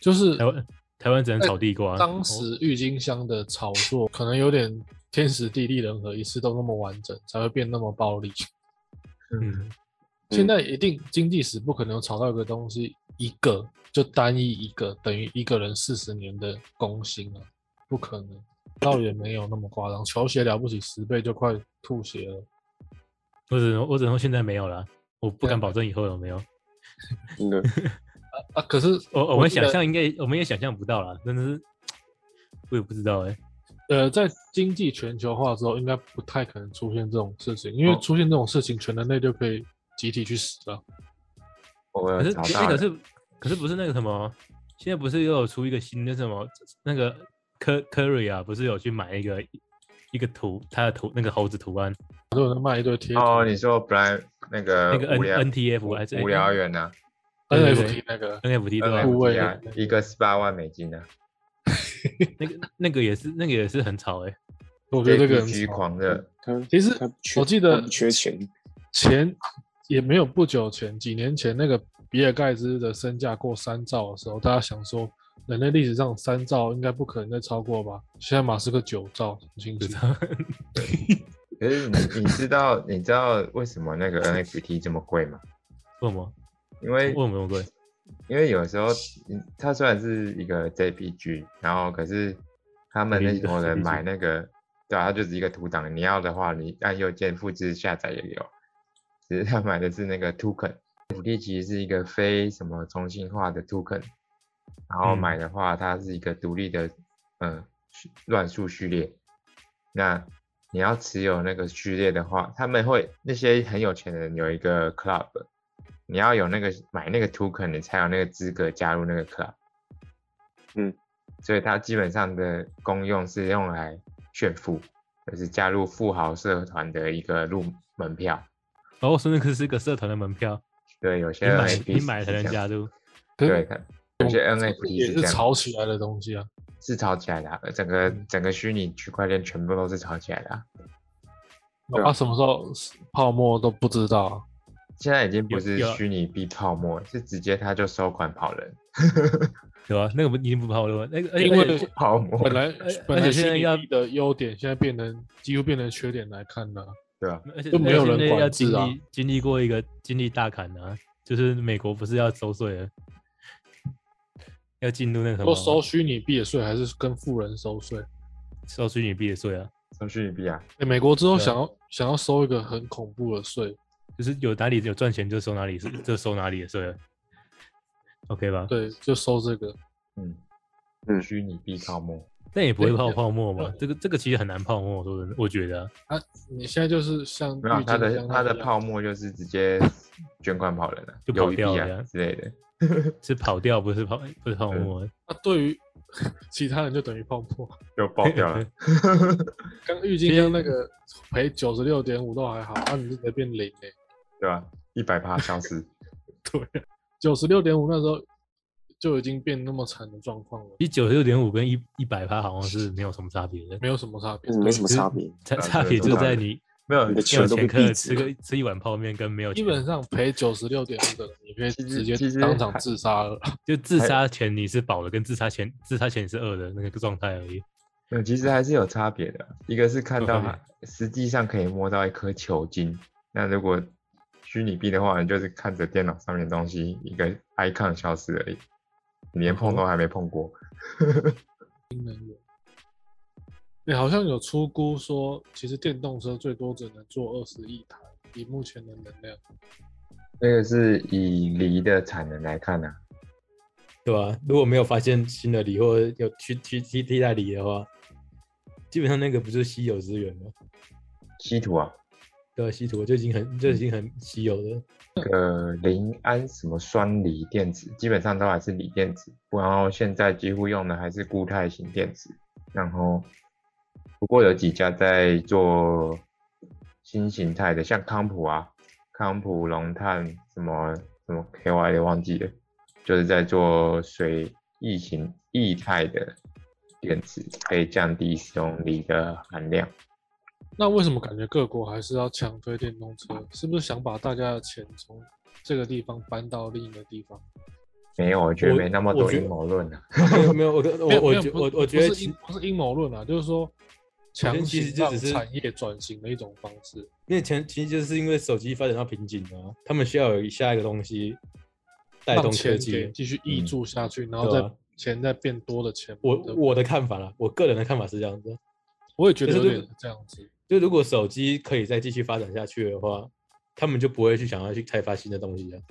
Speaker 1: 就是
Speaker 2: 台湾台湾只能炒地瓜。哦
Speaker 1: 当时郁金香的炒作可能有点天时地利人和，一次都那么完整，才会变那么暴力。
Speaker 2: 嗯，
Speaker 1: 现在一定经济史不可能炒到一个东西一个就单一一个等于一个人四十年的工薪啊，不可能，倒也没有那么夸张。球鞋了不起十倍就快吐血了，
Speaker 2: 我只能我只能说现在没有了，我不敢
Speaker 1: 对
Speaker 2: 保证以后有没有。
Speaker 4: 真的，
Speaker 1: 啊！可是
Speaker 2: 我我们
Speaker 1: 记
Speaker 2: 想
Speaker 1: 得
Speaker 2: 象应该我们也想象不到啦，真的是我也不知道哎、
Speaker 1: 呃，在经济全球化之后，应该不太可能出现这种事情，因为
Speaker 3: 哦
Speaker 1: 出现这种事情，全人类就可以集体去死啊了。
Speaker 3: 我
Speaker 2: 可
Speaker 3: 有
Speaker 2: 是
Speaker 3: 找
Speaker 2: 哎
Speaker 3: 到
Speaker 2: 可
Speaker 3: 了，
Speaker 2: 是可是不是那个什么？现在不是又有出一个新的什么那个科科瑞啊？不是有去买一个一个图，它的图那个猴子图案，
Speaker 1: 很多人在卖一堆贴图
Speaker 3: 哦，你说本来那个
Speaker 2: 那个
Speaker 3: 呃无聊
Speaker 2: N NTF 还是
Speaker 3: 无聊园呐
Speaker 2: 对对对
Speaker 1: NFT 那个，
Speaker 2: NFT 对吧？
Speaker 1: 部位
Speaker 3: NFT 啊
Speaker 1: 那，个
Speaker 3: 一个十八万美金啊，
Speaker 2: 那个那个也是那个也是很吵哎、
Speaker 1: 我
Speaker 3: 我
Speaker 1: 觉得这个很
Speaker 3: 居
Speaker 1: 吵
Speaker 3: 狂热，
Speaker 4: 他
Speaker 1: 其实
Speaker 4: 他不缺
Speaker 1: 我记得
Speaker 4: 他不缺钱，
Speaker 1: 前也没有不久前，几年前那个比尔盖茨的身价过三兆的时候，大家想说人类历史上三兆应该不可能再超过吧？现在马斯克九兆，很清楚
Speaker 2: 知。道？
Speaker 3: 可是你你知道你知道为什么那个 NFT 这么贵吗？
Speaker 2: 为什么？
Speaker 3: 因为
Speaker 2: 为什么贵？
Speaker 3: 因为有时候嗯它虽然是一个 JPG，然后可是他们那
Speaker 2: 零的
Speaker 3: 种人
Speaker 2: JPG
Speaker 3: 买那个，对啊，它就只是一个图档，你要的话你按右键复制下载也有，只是他买的是那个 token。NFT 其实是一个非什么中心化的 token，然后
Speaker 2: 嗯
Speaker 3: 买的话它是一个独立的呃序乱数序列，那你要持有那个序列的话，他们会那些很有钱的人有一个 club，你要有那个买那个 token，你才有那个资格加入那个 club。
Speaker 4: 嗯，
Speaker 3: 所以它基本上的功用是用来炫富，就是加入富豪社团的一个入门票。
Speaker 2: 然后说那个是个社团的门票，
Speaker 3: 对，啊有些
Speaker 2: 你买
Speaker 3: NFT
Speaker 2: 你买
Speaker 3: 是
Speaker 2: 才能
Speaker 3: 这样
Speaker 2: 加入。
Speaker 1: 可
Speaker 3: 对，
Speaker 1: 是
Speaker 3: 它有些
Speaker 1: 也
Speaker 3: NFT 是
Speaker 1: 是
Speaker 3: 这样
Speaker 1: 炒起来的东西啊。
Speaker 3: 是炒起来的啊、整个整个虚拟区块链全部都是炒起来的啊、
Speaker 4: 对啊
Speaker 1: 啊，什么时候泡沫都不知道啊。
Speaker 3: 现在已经不
Speaker 2: 有
Speaker 3: 是
Speaker 2: 有
Speaker 3: 虚拟币泡沫，是直接它就收款跑人，
Speaker 2: 对吧、那个不已经不泡了，那个而且
Speaker 1: 因为
Speaker 2: 而且
Speaker 3: 泡沫
Speaker 1: 本来
Speaker 2: 而且
Speaker 1: 本来
Speaker 2: 现在
Speaker 1: 虚拟
Speaker 2: 要
Speaker 1: 币的优点，现在变成几乎变成缺点来看了啊。
Speaker 3: 对吧？
Speaker 2: 而且
Speaker 1: 就没有
Speaker 2: 而且
Speaker 1: 人
Speaker 2: 那要
Speaker 1: 管
Speaker 2: 经
Speaker 1: 制啊
Speaker 2: 历经历过一个经历大坎啊，就是美国不是要收税了，要进入那个什
Speaker 1: 不
Speaker 2: 么
Speaker 1: 过收虚拟币的税还是跟富人收税。
Speaker 2: 收虚拟币的税啊，
Speaker 3: 收虚拟币啊，
Speaker 1: 欸美国之后
Speaker 2: 对啊
Speaker 1: 想要想要收一个很恐怖的税，
Speaker 2: 就是有哪里有赚钱就收哪里，就收哪里的税了，OK 吧？
Speaker 1: 对，就收这个。
Speaker 3: 嗯
Speaker 4: 嗯
Speaker 3: 虚拟币泡沫，
Speaker 2: 但也不会
Speaker 1: 对
Speaker 2: 泡
Speaker 1: 对
Speaker 2: 泡沫嘛
Speaker 1: 对，
Speaker 2: 这个这个其实很难泡沫，我说真的，我觉得啊、
Speaker 1: 啊，你现在就是像
Speaker 3: 没有啊
Speaker 1: 郁
Speaker 3: 它
Speaker 1: 金
Speaker 3: 的
Speaker 1: 香
Speaker 3: 它的
Speaker 1: 一样
Speaker 3: 泡沫就是直接捐款跑人啊，
Speaker 2: 就
Speaker 3: 有
Speaker 2: 跑
Speaker 3: 一币
Speaker 2: 掉了
Speaker 3: 啊
Speaker 2: 呀
Speaker 3: 之类的，
Speaker 2: 是跑掉，不是泡，不是泡沫。啊
Speaker 1: 那对于 其他人就等于泡沫。
Speaker 3: 就爆掉 了。
Speaker 1: 刚郁金香那个赔九十六点五都还好，那、你就直接变零哎、欸。
Speaker 3: 对吧？一百趴消失，
Speaker 1: 九十六点五那时候就已经变那么惨的状况了，
Speaker 2: 一九六点五跟一一百趴好像是没有什么差别的，
Speaker 1: 没有什么差别。
Speaker 3: 嗯
Speaker 4: 没什么
Speaker 2: 其实
Speaker 4: 差别，
Speaker 2: 差
Speaker 3: 啊
Speaker 2: 差
Speaker 3: 对
Speaker 2: 别
Speaker 3: 都
Speaker 2: 就
Speaker 3: 差
Speaker 2: 在
Speaker 3: 别
Speaker 2: 你
Speaker 3: 没有
Speaker 4: 你的
Speaker 2: 你有
Speaker 4: 钱都
Speaker 2: 钱
Speaker 4: 被
Speaker 2: 可以
Speaker 4: 币
Speaker 2: 吃
Speaker 4: 值
Speaker 2: 个吃一碗泡面，跟没有
Speaker 1: 基
Speaker 2: 钱
Speaker 1: 本上赔九十六点五的人，你可以
Speaker 3: 其实
Speaker 1: 直接
Speaker 3: 其实
Speaker 1: 当场
Speaker 3: 还
Speaker 1: 自杀了。
Speaker 2: 就自
Speaker 3: 还
Speaker 2: 杀前你是饱的，跟自杀前自杀前你是饿的那个状态而已。
Speaker 3: 嗯，其实还是有差别的。一个是看
Speaker 2: 有
Speaker 3: 到
Speaker 2: 差
Speaker 3: 它实际上可以摸到一颗球晶，那如果虚拟币的话，你就是看着电脑上面的东西一个 icon 消失而已，你连碰都还没碰过。
Speaker 1: 你、欸好像有出估说，其实电动车最多只能做二十亿台，以目前的能量。
Speaker 3: 那个是以锂的产能来看呢、啊，
Speaker 2: 对吧、如果没有发现新的锂或者有去去替替代锂的话，基本上那个不就是稀有资源吗？
Speaker 3: 稀土啊，
Speaker 2: 对吧、稀土就已经很就已经很稀有 的。
Speaker 3: 那个磷胺呃什么酸锂电池，基本上都还是锂电池，然后现在几乎用的还是固态型电池，然后不过有几家在做新形态的，像康普啊，康普龙炭什么什么 KY 也忘记了，就是在做水液型液态的电池，可以降低使用锂的含量。
Speaker 1: 那为什么感觉各国还是要强推电动车？是不是想把大家的钱从这个地方搬到另一个地方？
Speaker 3: 没有，我觉得
Speaker 2: 我
Speaker 3: 没那么
Speaker 2: 我
Speaker 3: 多
Speaker 2: 觉得
Speaker 3: 阴谋论啊。
Speaker 2: 没有没有，我跟
Speaker 1: 没有没
Speaker 2: 我我
Speaker 1: 有
Speaker 2: 觉
Speaker 1: 不
Speaker 2: 我
Speaker 1: 是
Speaker 2: 我觉得
Speaker 1: 不是
Speaker 2: 其
Speaker 1: 阴不是阴谋论啊，就是说
Speaker 2: 觉得
Speaker 1: 强
Speaker 2: 其
Speaker 1: 行
Speaker 2: 实就
Speaker 1: 让
Speaker 2: 只是
Speaker 1: 产业转型的一种方式。
Speaker 2: 因为前其实就是因为手机发展到瓶颈啊，他们需要有下一个东西带
Speaker 1: 让
Speaker 2: 动科
Speaker 1: 钱给
Speaker 2: 技。嗯
Speaker 1: 继续挹注下去，然后
Speaker 2: 对
Speaker 1: 再
Speaker 2: 啊
Speaker 1: 钱再变多的钱。
Speaker 2: 我
Speaker 1: 对
Speaker 2: 我的看法啦，我个人的看法是这样子，
Speaker 1: 我也觉得
Speaker 2: 可
Speaker 1: 有
Speaker 2: 是
Speaker 1: 点
Speaker 2: 这
Speaker 1: 这样子。
Speaker 2: 就如果手机可以再继续发展下去的话，他们就不会去想要去开发新的东西了，嗯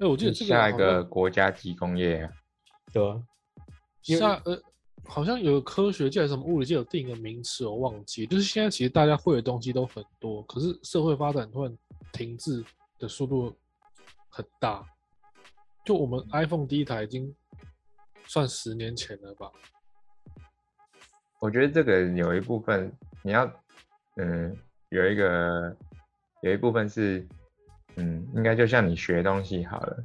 Speaker 1: 哎，我记得这个
Speaker 3: 下一
Speaker 1: 好
Speaker 3: 个
Speaker 1: 像
Speaker 3: 国家级工业啊，
Speaker 2: 对吧、因为
Speaker 1: 下呃好像有科学界还是什么物理界有定一个名词，我忘记。就是现在其实大家会的东西都很多，可是社会发展突然停滞的速度很大。就我
Speaker 3: 嗯
Speaker 1: 们 iPhone 第一台已经算十年前了吧？
Speaker 3: 我觉得这个有一部分你要，嗯，有一个有一部分是，嗯，应该就像你学东西好了，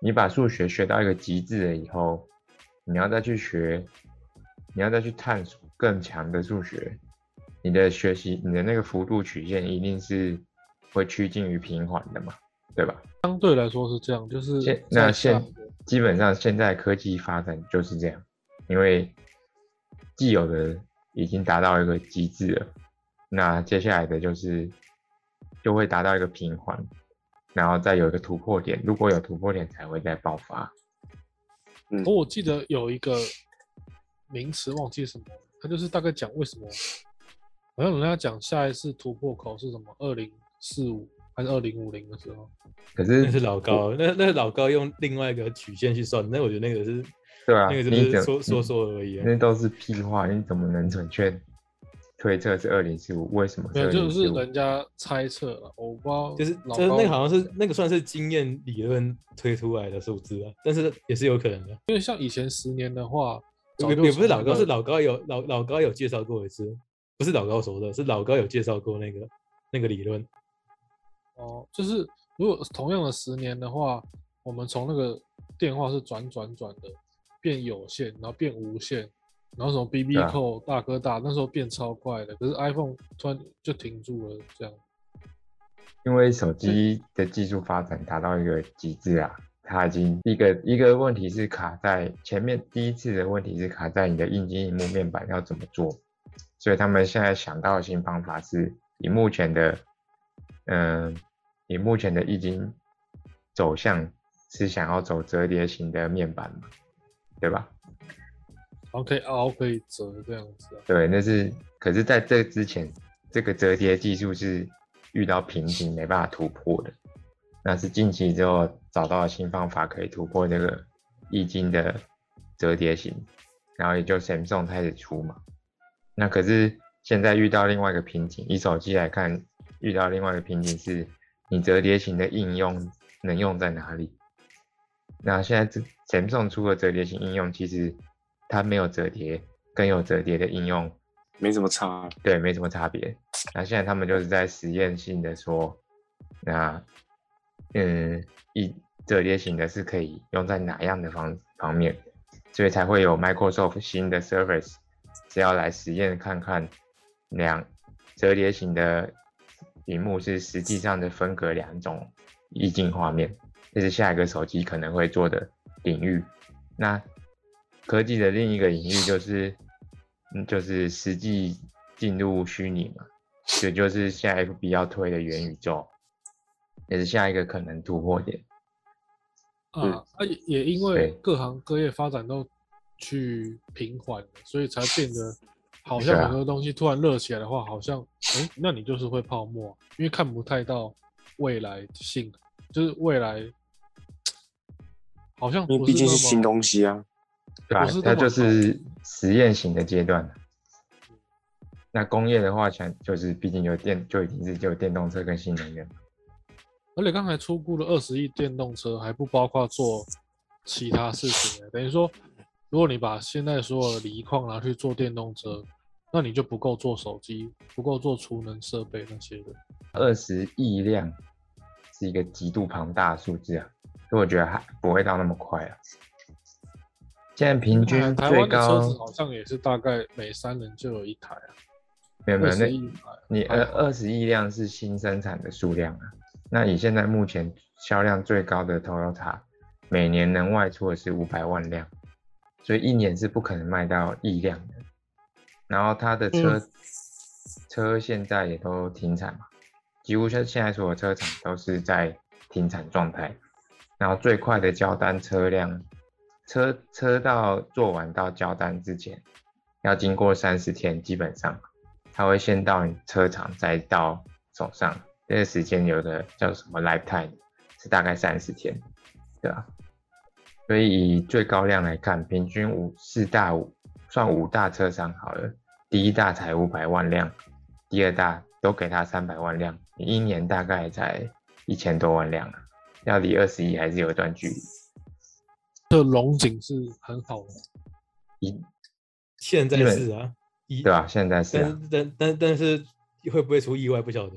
Speaker 3: 你把数学学到一个极致了以后，你要再去学，你要再去探索更强的数学，你的学习你的那个幅度曲线一定是会趋近于平缓的嘛，对吧？
Speaker 1: 相对来说是这样，就是
Speaker 3: 现那
Speaker 1: 在
Speaker 3: 现
Speaker 1: 下
Speaker 3: 基本上现在科技发展就是这样，因为既有的已经达到一个极致了，那接下来的就是就会达到一个平缓，然后再有一个突破点，如果有突破点才会再爆发。
Speaker 4: 嗯
Speaker 1: 可，我记得有一个名词忘记什么，它就是大概讲为什么，好像人家讲下一次突破口是什么，二零四五还是二零五零的时候，
Speaker 3: 可
Speaker 2: 那是
Speaker 3: 是
Speaker 2: 老高，那那是老高用另外一个曲线去算，那我觉得那个是，
Speaker 3: 对啊
Speaker 2: 那个就
Speaker 3: 你
Speaker 2: 是
Speaker 3: 怎
Speaker 2: 说说说而已啊。
Speaker 3: 那都是屁话，你怎么能准确推测是二零四五？为什么
Speaker 1: 没
Speaker 3: 是
Speaker 1: 有，
Speaker 3: 二
Speaker 1: 就
Speaker 3: 零
Speaker 1: 是
Speaker 3: 四五？
Speaker 1: 人家猜测了，我不知道，
Speaker 2: 就是
Speaker 1: 老
Speaker 2: 就是那
Speaker 1: 高
Speaker 2: 个好像是那个算是经验理论推出来的数字啊，但是也是有可能的。
Speaker 1: 因为像以前十年的话，早
Speaker 2: 也
Speaker 1: 就
Speaker 2: 也不是
Speaker 1: 从
Speaker 2: 老
Speaker 1: 那
Speaker 2: 高，
Speaker 1: 个
Speaker 2: 是老高有老老高有介绍过一次，不是老高说的，是老高有介绍过那个那个理论。
Speaker 1: 哦，就是如果同样的十年的话，我们从那个电话是转转转的，变有线，然后变无线，然后从 BB
Speaker 3: 对啊
Speaker 1: 扣、大哥大那时候变超快的，可是 iPhone 突然就停住了，这样
Speaker 3: 因为手机的技术发展达到一个极致啊，它已经一个一个问题是卡在前面第一次的问题是卡在你的硬件荧幕面板要怎么做，所以他们现在想到的新方法是以目前的，嗯、以目前的已经走向是想要走折叠型的面板嘛，对吧？
Speaker 1: 然后可以凹可以折这样子啊。
Speaker 3: 对，那是可是在这之前，这个折叠技术是遇到瓶颈，没办法突破的。那是近期之后找到了新方法，可以突破这个易经的折叠型，然后也就 Samsung 开始出嘛。那可是现在遇到另外一个瓶颈，以手机来看，遇到另外一个瓶颈是，你折叠型的应用能用在哪里？那现在这 Samsung 出的折叠型应用，其实它没有折叠，跟有折叠的应用，
Speaker 4: 没什么差，啊
Speaker 3: 对，没什么差别。那现在他们就是在实验性的说，那嗯，一折叠型的是可以用在哪样的方方面，所以才会有 Microsoft 新的 Surface 是要来实验看看两折叠型的屏幕是实际上的分隔两种意境画面，这是下一个手机可能会做的领域。那科技的另一个领域就是， 嗯，就是实际进入虚拟嘛，这就是现在 FB 要推的元宇宙，也是下一个可能突破点。
Speaker 4: 嗯
Speaker 1: 啊，啊也也因为
Speaker 3: 对
Speaker 1: 各行各业发展都去平缓了，所以才变 得好
Speaker 3: 是
Speaker 1: 像
Speaker 3: 啊
Speaker 1: 很多东西突然热起来的话，好像哎、诶那你就是会泡沫，啊因为看不太到未来性，啊就是未来好像
Speaker 4: 因
Speaker 1: 不
Speaker 4: 为毕竟
Speaker 1: 那
Speaker 4: 是
Speaker 1: 么
Speaker 4: 新东西啊。
Speaker 3: 对吧
Speaker 1: 哎不是？那
Speaker 3: 它
Speaker 1: 么
Speaker 3: 就
Speaker 1: 好
Speaker 3: 是实验型的阶段。那工业的话，想就是毕竟有电，就已经是就有电动车跟新能源嘛。
Speaker 1: 而且刚才出估了二十亿电动车，还不包括做其他事情、欸。等于说，如果你把现在所有的锂矿拿去做电动车，那你就不够做手机，不够做储能设备那些的。
Speaker 3: 二十亿辆是一个极度庞大的数字啊，所以我觉得还不会到那么快啊。现在平均
Speaker 1: 嗯台台
Speaker 3: 最
Speaker 1: 湾的车
Speaker 3: 高
Speaker 1: 子好像也是大概每三人就有一台啊，
Speaker 3: 没有没有那
Speaker 1: 21亿台啊
Speaker 3: 你
Speaker 1: 还
Speaker 3: 二
Speaker 1: 好
Speaker 3: 二十亿辆是新生产的数量啊，那以现在目前销量最高的 Toyota，每年能外出的是五百万辆，所以一年是不可能卖到亿辆的。然后它的车、车现在也都停产嘛，几乎现现在所有车厂都是在停产状态。然后最快的交单车辆，车车到做完到交单之前，要经过三十天，基本上它会先到你车厂，再到手上。这个时间有的叫什么 lifetime，是大概三十天，对啊。所以以最高量来看，平均五四大五算五大车商好了，第一大才五百万辆，第二大都给他三百万辆，你一年大概才一千多万辆啊，要离二十亿还是有一段距离。
Speaker 1: 这龙井是很好的，
Speaker 3: 一
Speaker 2: 现在
Speaker 3: 基本
Speaker 2: 是啊，一
Speaker 3: 对吧、现在是
Speaker 2: 但
Speaker 3: 啊，
Speaker 2: 是但但但是会不会出意外不晓得。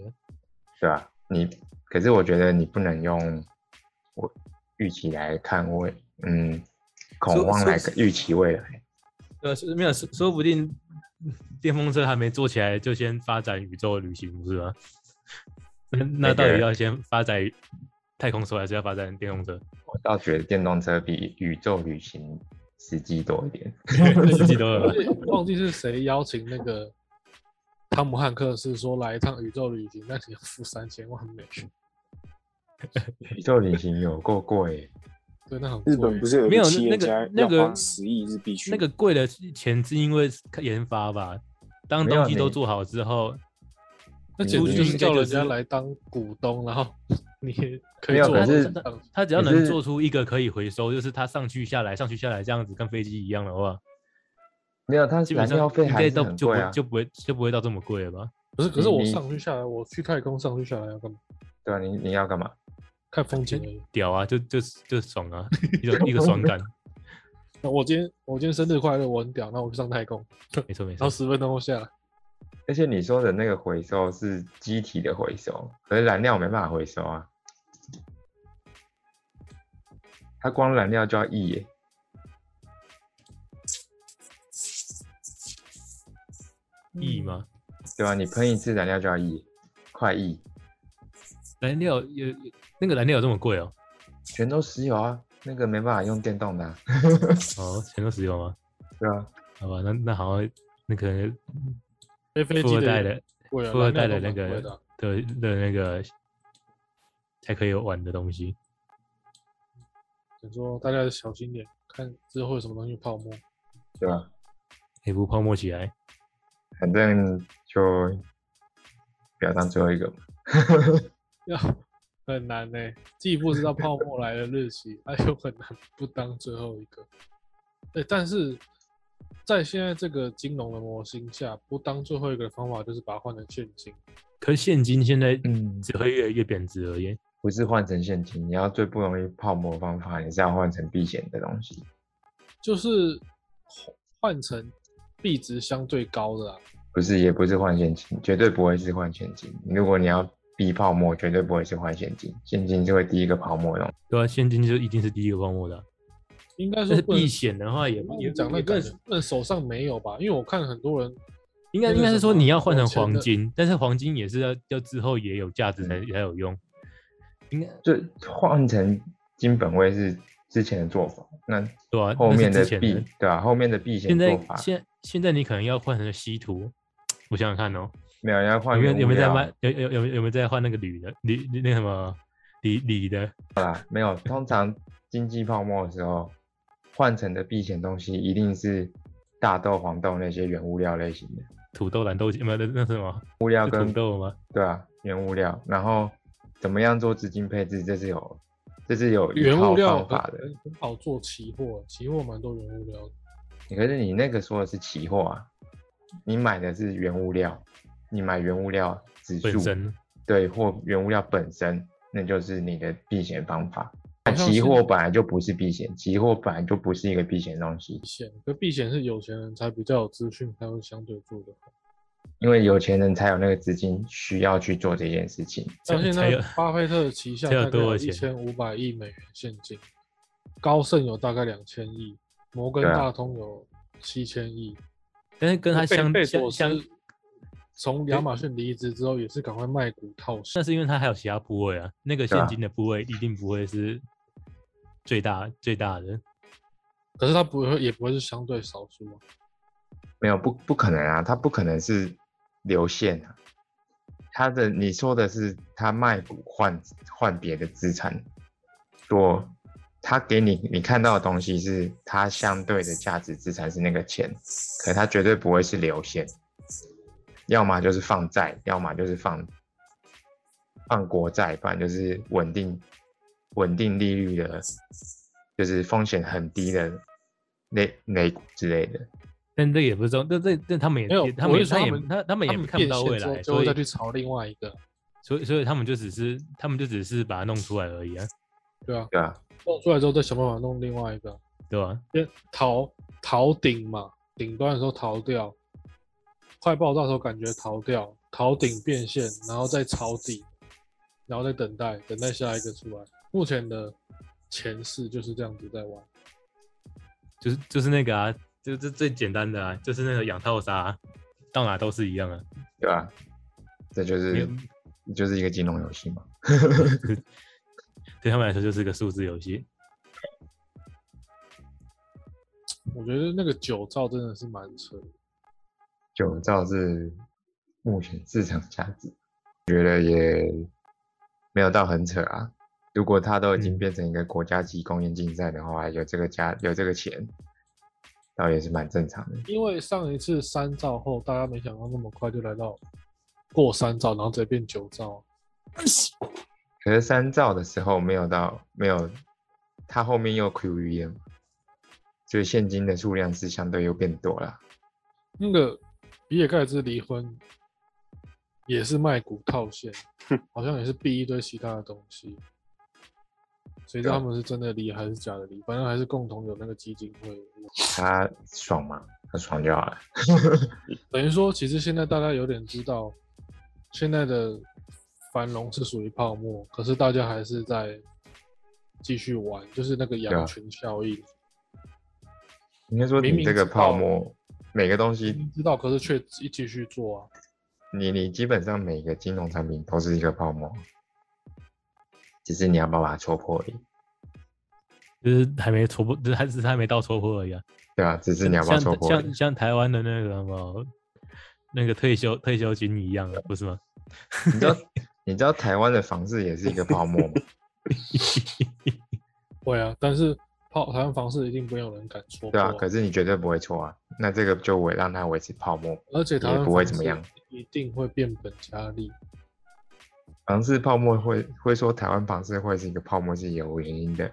Speaker 3: 对吧、你可是我觉得你不能用我预期来看未，嗯，恐
Speaker 2: 说
Speaker 3: 慌来
Speaker 2: 说
Speaker 3: 预期未来。
Speaker 2: 呃，是没有，说说不定电风车还没做起来，就先发展宇宙旅行，不是吗？ 那那
Speaker 3: 那
Speaker 2: 到底
Speaker 3: 个
Speaker 2: 要先发展太空车，还是要发展电 动车？
Speaker 3: 我倒觉得电动车比宇宙旅行实际多一点。
Speaker 4: 啊
Speaker 2: 自己都有
Speaker 1: 而。且忘记是谁邀请那个汤姆汉克斯说来一趟宇宙旅行，但你要付三千万美元，
Speaker 3: 宇宙旅行有够贵，
Speaker 1: 对，那很贵啊
Speaker 4: 日本不是有一
Speaker 2: 没有
Speaker 4: 个企
Speaker 2: 那
Speaker 4: 业
Speaker 2: 个
Speaker 4: 家
Speaker 2: 那
Speaker 4: 要
Speaker 2: 个
Speaker 4: 花十亿日币去
Speaker 2: 那个贵的钱是因为研发吧？当
Speaker 3: 没有
Speaker 2: 东西
Speaker 3: 你
Speaker 2: 都做好之后，
Speaker 1: 那简直
Speaker 3: 你
Speaker 1: 就是叫人
Speaker 2: 应该
Speaker 1: 家
Speaker 2: 就是
Speaker 1: 来当股东，然后你 也可
Speaker 3: 没
Speaker 1: 以
Speaker 3: 有
Speaker 1: 做
Speaker 3: 可是
Speaker 1: 这样
Speaker 2: 它只要
Speaker 3: 可
Speaker 2: 能
Speaker 3: 是
Speaker 2: 做出一个可以回收，就是它上去下来、上去下来这样子，跟飞机一样的话，
Speaker 3: 没有它
Speaker 2: 基本
Speaker 3: 燃料
Speaker 2: 上
Speaker 3: 费
Speaker 2: 应
Speaker 3: 还
Speaker 2: 该
Speaker 3: 是
Speaker 2: 都
Speaker 3: 很
Speaker 2: 就不
Speaker 3: 贵
Speaker 2: 会
Speaker 3: 啊。
Speaker 2: 就不会就不会到这么贵了吧？
Speaker 1: 不是，可是我
Speaker 3: 你
Speaker 1: 上去下来，我去太空上去下来要干嘛？
Speaker 3: 对啊，你你要干嘛？
Speaker 1: 看风景而
Speaker 3: 哎
Speaker 1: 已。
Speaker 2: 屌啊，就就就爽啊，一种一个爽 感，
Speaker 1: 那我今天我今天生日快乐，我很屌，那我去上太空，
Speaker 2: 没错没
Speaker 1: 然后
Speaker 2: 错。
Speaker 1: 十分钟后下来。
Speaker 3: 而且你说的那个回收是机体的回收，可是燃料没办法回收啊。它光燃料就要亿耶，
Speaker 2: 亿吗？
Speaker 3: 对吧、你喷一次燃料就要亿，快亿，
Speaker 2: 燃料有有那个燃料有这么贵哦？
Speaker 3: 全都石油啊，那个没办法用电动的、啊，
Speaker 2: 哦，全都石油吗？
Speaker 3: 对吧、啊？
Speaker 2: 好吧，那那好像那个
Speaker 1: 飞飞
Speaker 2: 富
Speaker 1: 机
Speaker 2: 二
Speaker 1: 的
Speaker 2: 代的
Speaker 1: 也贵啊，
Speaker 2: 富二代的
Speaker 1: 燃料都蛮贵
Speaker 2: 那个
Speaker 1: 的啊
Speaker 2: 的的那个才可以玩的东西。
Speaker 1: 想说大家小心点，看之后会有什么东西泡沫。
Speaker 3: 对吧、
Speaker 2: 黑不泡沫起来，
Speaker 3: 反正就不要当最后一个嘛。
Speaker 1: 要很难呢、既不知道泡沫来的日期， 哎又很难不当最后一个。哎、但是在现在这个金融的模型下，不当最后一个的方法就是把它换成现金。
Speaker 2: 可是现金现在
Speaker 3: 嗯，
Speaker 2: 只会越来越贬值而已。
Speaker 3: 不是换成现金，你要最不容易泡沫的方法，你是要换成避险的东西。
Speaker 1: 就是换换成币值相对高的啊，
Speaker 3: 不是，也不是换现金，绝对不会是换现金。如果你要逼泡沫，绝对不会是换现金，现金是会第一个泡沫的东西。
Speaker 2: 对啊，现金就一定是第一个泡沫的啊、
Speaker 1: 应该
Speaker 2: 但
Speaker 1: 说
Speaker 2: 是
Speaker 1: 不能
Speaker 2: 避险的话也
Speaker 1: 那
Speaker 2: 也
Speaker 1: 你讲那
Speaker 2: 也
Speaker 1: 个
Speaker 2: 更
Speaker 1: 感觉，不能手上没有吧？因为我看很多人
Speaker 2: 应该
Speaker 1: 那
Speaker 2: 应
Speaker 1: 个
Speaker 2: 该是
Speaker 1: 什
Speaker 2: 说
Speaker 1: 么
Speaker 2: 你要换
Speaker 1: 有
Speaker 2: 成
Speaker 1: 钱
Speaker 2: 黄
Speaker 1: 的
Speaker 2: 金，但是黄金也是要要之后也有价值才
Speaker 3: 嗯
Speaker 2: 才有用。应该
Speaker 3: 就换成金本位是之前的做法，那
Speaker 2: 对啊，
Speaker 3: 后
Speaker 2: 那是
Speaker 3: 面
Speaker 2: 之
Speaker 3: 的
Speaker 2: 前
Speaker 3: 避对吧、后面的避险
Speaker 2: 现
Speaker 3: 做
Speaker 2: 在
Speaker 3: 法
Speaker 2: 现现在你可能要换成稀土，我想想看哦，
Speaker 3: 没有要
Speaker 2: 有
Speaker 3: 换
Speaker 2: 没有有没有在
Speaker 3: 原物料啊
Speaker 2: 卖有有有没有有没有在换那个铝的铝那个什么铝铝的？
Speaker 3: 没有，通常经济泡沫的时候，换成的避险东西一定是大豆、黄豆那些原物料类型的
Speaker 2: 土豆、蓝豆荚，没有那那是什么？
Speaker 3: 物料
Speaker 2: 是土
Speaker 3: 跟
Speaker 2: 豆吗？
Speaker 3: 对啊，原物料。然后怎么样做资金配置，这是有这是有一
Speaker 1: 原
Speaker 3: 套
Speaker 1: 物料很
Speaker 3: 方法的。
Speaker 1: 很很好做期货，期货蛮多原物料的。
Speaker 3: 可是你那个说的是期货啊，你买的是原物料，你买原物料指
Speaker 2: 本
Speaker 3: 数
Speaker 2: 身
Speaker 3: 对或原物料本身，那就是你的避险方法。但
Speaker 1: 好像
Speaker 3: 期
Speaker 1: 是
Speaker 3: 货本来就不是避险，期货本来就不是一个避险东西。
Speaker 1: 可避险是有钱人才比较有资讯，才会相对做的好。
Speaker 3: 因为有钱人才有那个资金需要去做这件事情。
Speaker 2: 才
Speaker 1: 像现
Speaker 2: 才
Speaker 1: 在
Speaker 2: 有
Speaker 1: 巴菲特旗下
Speaker 2: 才有
Speaker 1: 大概
Speaker 2: 多
Speaker 1: 有
Speaker 2: 有
Speaker 1: 一
Speaker 2: 钱
Speaker 1: 千五百亿美元现金，高盛有大概两千亿，摩根
Speaker 3: 对啊
Speaker 1: 大通有七千亿。
Speaker 2: 但是跟它
Speaker 1: 贝
Speaker 2: 相
Speaker 1: 贝
Speaker 2: 相
Speaker 1: 佐
Speaker 2: 相
Speaker 1: 斯，从亚马逊离职之后，也是赶快卖股套现
Speaker 2: 那。是因为它还有其他部位啊，那个
Speaker 3: 对啊
Speaker 2: 现金的部位一定不会是最大最大的。
Speaker 1: 可是他不会，也不会是相对少数啊。
Speaker 3: 没有不不可能啊，他不可能是流线啊。他的你说的是他卖股换换别的资产，做他给你你看到的东西是他相对的价值资产是那个钱，可他绝对不会是流线，要么就是放债，要么就是放放国债，不然就是稳定稳定利率的，就是风险很低的类类股之类的。
Speaker 2: 但但这也不是重，但这但他们也
Speaker 1: 没有
Speaker 2: 他
Speaker 1: 我
Speaker 2: 们也
Speaker 1: 是说
Speaker 2: 他
Speaker 1: 他
Speaker 2: 也
Speaker 1: 们
Speaker 2: 他他们也看不
Speaker 1: 变
Speaker 2: 到
Speaker 1: 现
Speaker 2: 未
Speaker 1: 之后
Speaker 2: 来，
Speaker 1: 之后
Speaker 2: 所以
Speaker 1: 再去炒另外一个，
Speaker 2: 所以所以他们就只是他们就只是把它弄出来而已啊，
Speaker 1: 对啊，
Speaker 3: 对啊，
Speaker 1: 弄出来之后再想办法弄另外一个，啊
Speaker 2: 对吧？
Speaker 1: 先逃逃顶嘛，顶端的时候逃掉，快爆炸的时候感觉逃掉，逃顶变现，然后再抄底，然后再等待，等待下一个出来。目前的前世就是这样子在玩，
Speaker 2: 就是就是那个啊，就是最最简单的啊，就是那个养套杀啊、到哪都是一样啊。
Speaker 3: 对吧、这就是就是一个金融游戏嘛。
Speaker 2: 对他们来说就是个数字游戏。
Speaker 1: 我觉得那个九兆真的是蛮扯的。
Speaker 3: 九兆是目前市场价值，觉得也没有到很扯啊。如果它都已经
Speaker 2: 嗯
Speaker 3: 变成一个国家级供应竞赛的话，有这个价有这个钱，倒也是蛮正常的。
Speaker 1: 因为上一次三兆后，大家没想到那么快就来到过三兆，然后直接变九兆。
Speaker 3: 可是三兆的时候没有到没有，它后面又 Q 语言，所以现金的数量是相对又变多了。
Speaker 1: 那个比尔盖茨离婚也是卖股套现，好像也是避一堆其他的东西。谁知道
Speaker 3: 对啊
Speaker 1: 他们是真的离还是假的离？反正还是共同有那个基金会。
Speaker 3: 他爽吗？他爽就好了。
Speaker 1: 等于说，其实现在大家有点知道，现在的繁荣是属于泡沫，可是大家还是在继续玩，就是那个
Speaker 3: 对
Speaker 1: 羊
Speaker 3: 啊
Speaker 1: 群效应。
Speaker 3: 应该说
Speaker 1: 明
Speaker 3: 你
Speaker 1: 明
Speaker 3: 这个
Speaker 1: 知道嗯
Speaker 3: 泡沫，每个东西
Speaker 1: 明明知道，可是却继继续做啊。
Speaker 3: 你你基本上每个金融产品都是一个泡沫，只是你要不要把它戳破而已，
Speaker 2: 就是还没戳破，就是还只是还没到戳破而已啊。
Speaker 3: 对啊，只是你要不要
Speaker 2: 像
Speaker 3: 戳破而已
Speaker 2: 像。像台湾的那个什么那个退休退休金一样啊，不是吗？
Speaker 3: 你知道你知道台湾的房市也是一个泡沫吗？
Speaker 1: 会啊，但是泡台湾房市一定没有人敢戳破
Speaker 3: 对啊
Speaker 1: 啊，，
Speaker 3: 可是你绝对不会戳啊，那这个就维让它维持泡沫，
Speaker 1: 而且台湾
Speaker 3: 也不会怎么样
Speaker 1: 房市一定会变本加厉。
Speaker 3: 房市泡沫会会说台湾房市会是一个泡沫是有原因的，